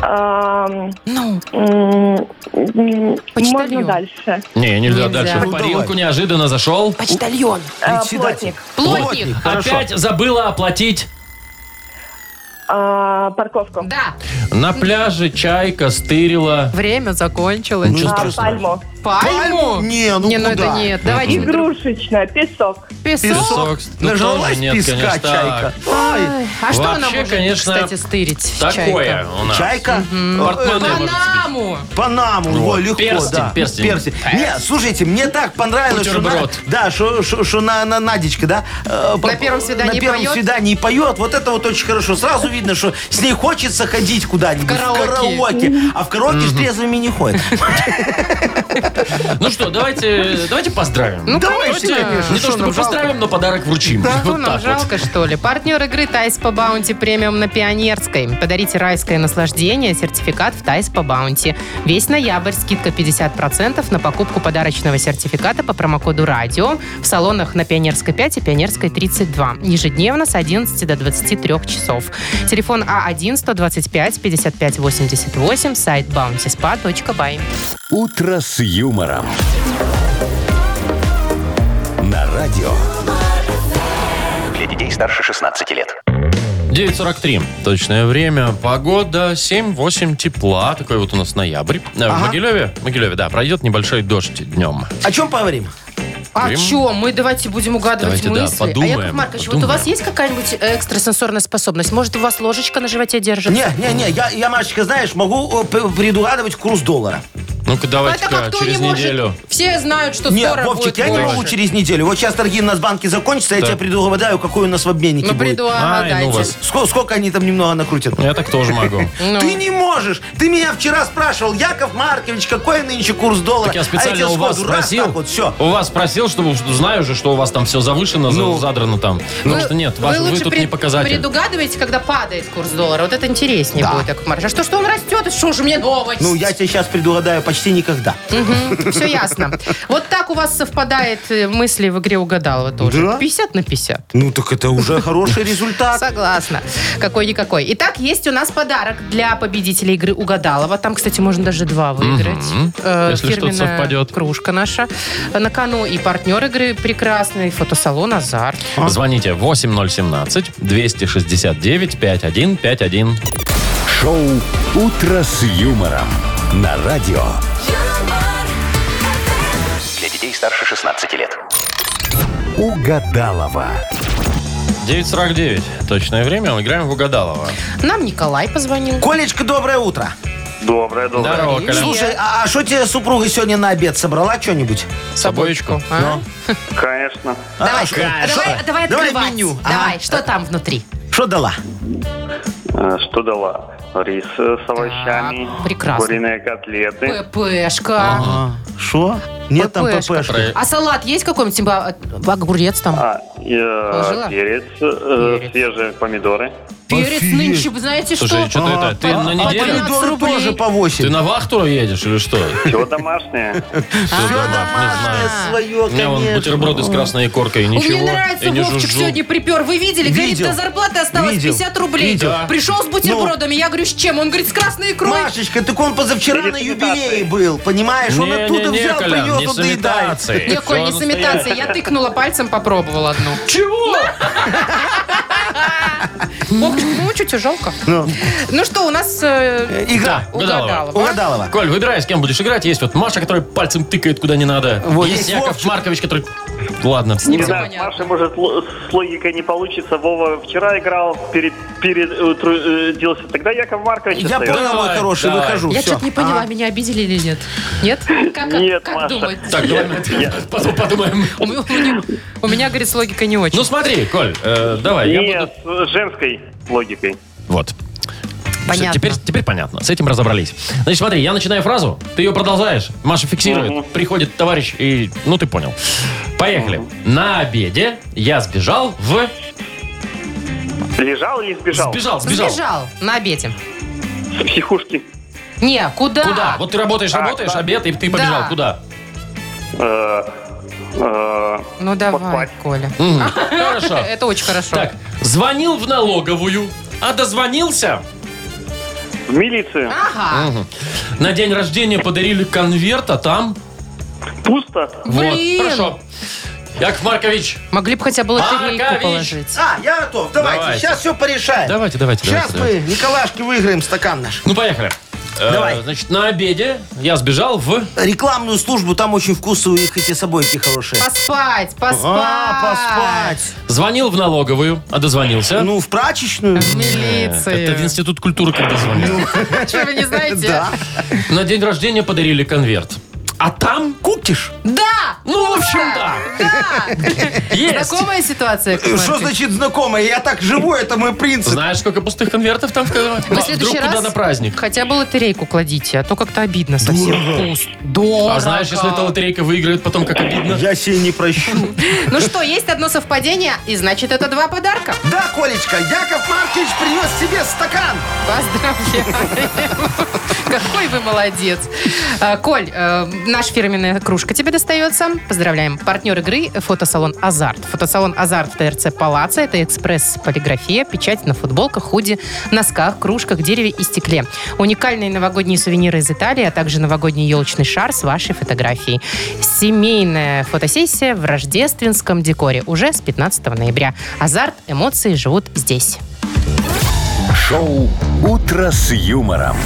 А,
Ну,
м, м,
Почитальон.
можно дальше.
Не, нельзя
Нельзя.
дальше. В
Ну,
парилку
давай.
неожиданно зашел.
почтальон.
А,
Председатель.
плотник.
Плотник.
А
Опять забыла оплатить.
А, парковку.
Да.
На пляже чайка стырила.
Время закончилось.
Ну,
А,
страшного.
пальму.
пальму?
Не, ну
это
куда?
нет. Давайте друг-
Игрушечная, песок.
песок.
Ну,
Нажралась
тоже нет,
песка,
конечно.
чайка. Ой,
А что она
Вообще,
может,
конечно,
кстати, стырить?
Такое
чайка?
у нас.
Чайка?
Портмоне,
Э,
может быть.
Панаму!
Панаму,
Вот.
во, легко,
Перстень,
да.
перстень.
Нет, слушайте, мне так понравилось, что, на,
Бутерброд.
да, что, что- что на, на- Надечка, да, э, по-
первом свидании
на первом
поет?
свидании поет. Вот это вот очень хорошо. Сразу видно, что с ней хочется ходить куда-нибудь.
В караоке.
караоке. А в караоке с трезвыми не ходят.
Ну что, давайте, давайте поздравим.
Ну,
Давайте,
конечно.
конечно.
Не то
что
чтобы
нам жалко?
поздравим, но подарок вручим.
Ну,
Вот
нам
так вот.
жалко, что ли? Партнер игры «Тайс по баунти» премиум на Пионерской. Подарите райское наслаждение, сертификат в «Тайс по баунти». Весь ноябрь скидка 50% на покупку подарочного сертификата по промокоду «Радио» в салонах на Пионерской 5 и Пионерской 32. Ежедневно с 11 до 23 часов. Телефон А А1-125-55-88, сайт bountyspa.by.
«Утро с юмором». На радио.
Для детей старше 16 лет.
9.43. Точное время. Погода 7-8 тепла. Такой вот у нас ноябрь. Э, В Могилеве, Могилеве, да, пройдет небольшой дождь днем.
О чем поговорим?
А
Крым.
чё? Мы давайте будем угадывать
Давайте, да,
мысли.
подумаем,
а Яков Маркович, вот у
подумаем.
вас есть какая-нибудь экстрасенсорная способность? Может, у вас ложечка на животе держится?
Не, не, не, я, я, Машечка, знаешь, могу э, п- предугадывать курс доллара.
Ну-ка,
Ну, Это
давайте-ка
как кто
через
не может.
неделю.
Все знают, что
Нет,
Ну, скоро
Вовчик,
будет
я не
больше.
могу через неделю. Вот сейчас торги у нас банки закончатся, я
Так.
тебе предугадаю, какой у нас в обменнике
Ну,
будет.
приду, а,
Ай, ну
дайте.
вас.
Ско- сколько они там немного накрутят?
Я так тоже могу.
Ну.
Ты не можешь! Ты меня вчера спрашивал, Яков Маркович, какой нынче курс доллара?
Так я
а тебе
специально у вас
сходу раз
спросил.
так вот, все.
У вас спросил, чтобы знаю же, что у вас там все завышено, за- задрано там. Ну, Потому что нет, ваш- вы
Ну, лучше
тут
пред-
не показатель.
предугадываете, когда падает курс доллара. Вот это интереснее будет, Яков Маркович. А что, что он растет? Что же мне новость?
Ну, я тебе сейчас предугадаю почти никогда.
Все ясно. Вот так у вас совпадает э, мысли в игре угадалова тоже.
Да?
50 на 50.
Ну, так это уже хороший результат.
Согласна. Какой-никакой. Итак, есть у нас подарок для победителей игры Угадалова. Там, кстати, можно даже два выиграть. Э,
Если что-то
фирменная
совпадет.
кружка наша на кону. И партнер игры прекрасный. Фотосалон «Азарт».
Звоните 8017-269-5151.
Шоу «Утро с юмором». На радио.
Для детей старше 16 лет.
Угадалова.
9.49. Точное время. Мы играем в Угадалова.
Нам Николай позвонил.
Колечка, доброе утро.
Доброе, доброе.
Здорово,
Привет.
Коля.
Слушай, а что тебе супруга сегодня на обед собрала что-нибудь?
С обоечку.
А?
Конечно.
Давай,
А, шо-
давай,
шо-
давай
давай
открывать.
меню. А?
Давай, что там внутри?
Что дала?
Э, Что дала? Рис э, с овощами,
прекрасно.
куриные котлеты.
ППшка.
Что? Нет там
ППшка.
ППшки.
Про-
А салат есть какой-нибудь? Типа э, огурец там?
А, и, э,
Положила?
перец, э,
Перец.
свежие помидоры.
Перец
офигеть.
нынче, вы знаете
Слушай,
что?
что-то это... Ты
по-
на
по-
неделю...
по-
Помидоры
15 рублей.
тоже по
Ты
8.
на вахту едешь или что?
Все домашнее.
Всё, дома- не знаю.
свое,
У меня вон
конечно.
бутерброды с красной икоркой и
Ой,
ничего.
Мне нравится,
и не
Вовчик
жужжу.
сегодня припер. Вы видели? Говорит,
Видел.
до зарплаты осталось
Видел.
50 рублей.
Видел.
Пришел
Ну.
с бутербродами. Я говорю, с чем? Он говорит, с красной икрой.
Машечка, так он позавчера на юбилее был, понимаешь? Он оттуда
Не-не-не,
взял,
Колян, не
привез,
с
он доедает.
имитацией.
Не, Коль, не
Всё
с имитацией. Я тыкнула пальцем, попробовала одну.
Чего?
Вовчик, ну чуть жалко.
Ну.
Ну что, у нас э,
Игра.
Угадалова.
Угадалова.
Угадалова.
Коль, выбирай, с кем будешь играть. Есть вот Маша, который пальцем тыкает куда не надо.
Вот,
есть
есть
Яков
Вовчик.
Маркович, который... Ладно.
с ним
Не
всё
знаю, с
понятно.
Машей, может, ло- с логикой не получится. Вова вчера играл, перед, перед, э, тру- э, делся. Тогда Яков Маркович
Я
остается.
понял, мой
Давай,
хороший,
давай.
ну
выхожу.
Я
всё.
что-то не поняла, меня обидели или нет? Нет? Как,
А? Нет,
как
Маша.
думаете?
Так, давай мы потом подумаем.
У, меня- у меня- у меня, говорит, с логикой не очень.
Ну смотри, Коль, э, давай, я буду...
Не, с женской логикой.
Вот.
Понятно.
Всё, теперь, теперь понятно. С этим разобрались. Значит, смотри, я начинаю фразу, ты ее продолжаешь. Маша фиксирует. Приходит товарищ и... Ну, ты понял. Поехали. На обеде я сбежал в...
Лежал или сбежал?
Сбежал, сбежал.
Сбежал. на обеде.
С психушки.
Не, куда?
Куда? Вот ты работаешь, работаешь,
да.
обед, и ты побежал.
Да.
Куда?
Э, э,
Ну давай,
Поспать.
Коля.
Хорошо.
Это очень хорошо.
Так, звонил в налоговую, а дозвонился.
В милицию.
Ага.
На день рождения подарили конверт, а там...
Пусто.
Блин.
Вот, хорошо. Яков Маркович,
Могли бы хотя бы лотерейку
Маркович.
положить.
А, я готов. Давайте,
Давайте.
сейчас все порешаем.
давайте, давайте,
Сейчас
давайте, давайте.
мы Николашке выиграем стакан наш.
Ну, поехали. Э,
Давай.
Значит, на обеде я сбежал в...
Рекламную службу, там очень вкусные у них эти собойки хорошие.
Поспать, поспать.
А, поспать.
Звонил в налоговую, а дозвонился.
Ну, в прачечную.
В
Это в
милиции.
Институт культуры когда звонил.
А что, вы не знаете?
Да.
На день рождения подарили конверт. А там...
Кукиш.
Да!
Ну, в общем, да. Есть.
Знакомая ситуация? Яков
Что
Маркович?
значит знакомая? Я так живу, это мой принцип.
Знаешь, сколько пустых конвертов там в конверте?
Вы в
Вдруг
следующий
куда
раз
на праздник.
хотя бы лотерейку кладите, а то как-то обидно совсем. Пуст. Дорого.
А знаешь, если эта лотерейка выиграет, потом как обидно.
Я себе не прощу.
Ну что, есть одно совпадение, и значит это два подарка.
Да, Колечка, Яков Маркович принес себе стакан.
Поздравляем. Какой вы молодец. А, Коль, э, наша фирменная кружка тебе достается. Поздравляем. Партнер игры – фотосалон «Азарт». Фотосалон «Азарт» в ТРЦ «Палаца» – это экспресс-полиграфия, печать на футболках, худи, носках, кружках, дереве и стекле. Уникальные новогодние сувениры из Италии, а также новогодний елочный шар с вашей фотографией. Семейная фотосессия в рождественском декоре уже с 15 ноября. «Азарт» – эмоции живут здесь.
Шоу «Утро с юмором».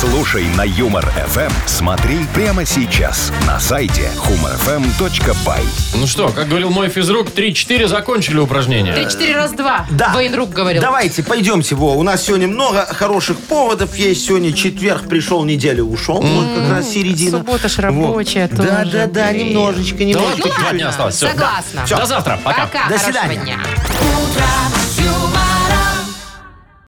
Слушай на Юмор ФМ, смотри прямо сейчас на сайте humorfm.by.
Ну что, как говорил мой физрук, 3-4 закончили упражнение.
Ты четыре раз два.
Да.
Военрук говорил.
Давайте, пойдемте, Во. У нас сегодня много хороших поводов есть. Сегодня четверг пришел, неделю ушел. Вот как раз середина.
Суббота ж
Во.
рабочая
Да,
тоже,
да, да,
блин.
немножечко,
Да
немножечко.
ладно, тут два
ладно,
дня осталось. Всё.
согласна.
До завтра. Пока.
Пока.
До
хорошего
свидания.
дня.
Утро с юмором.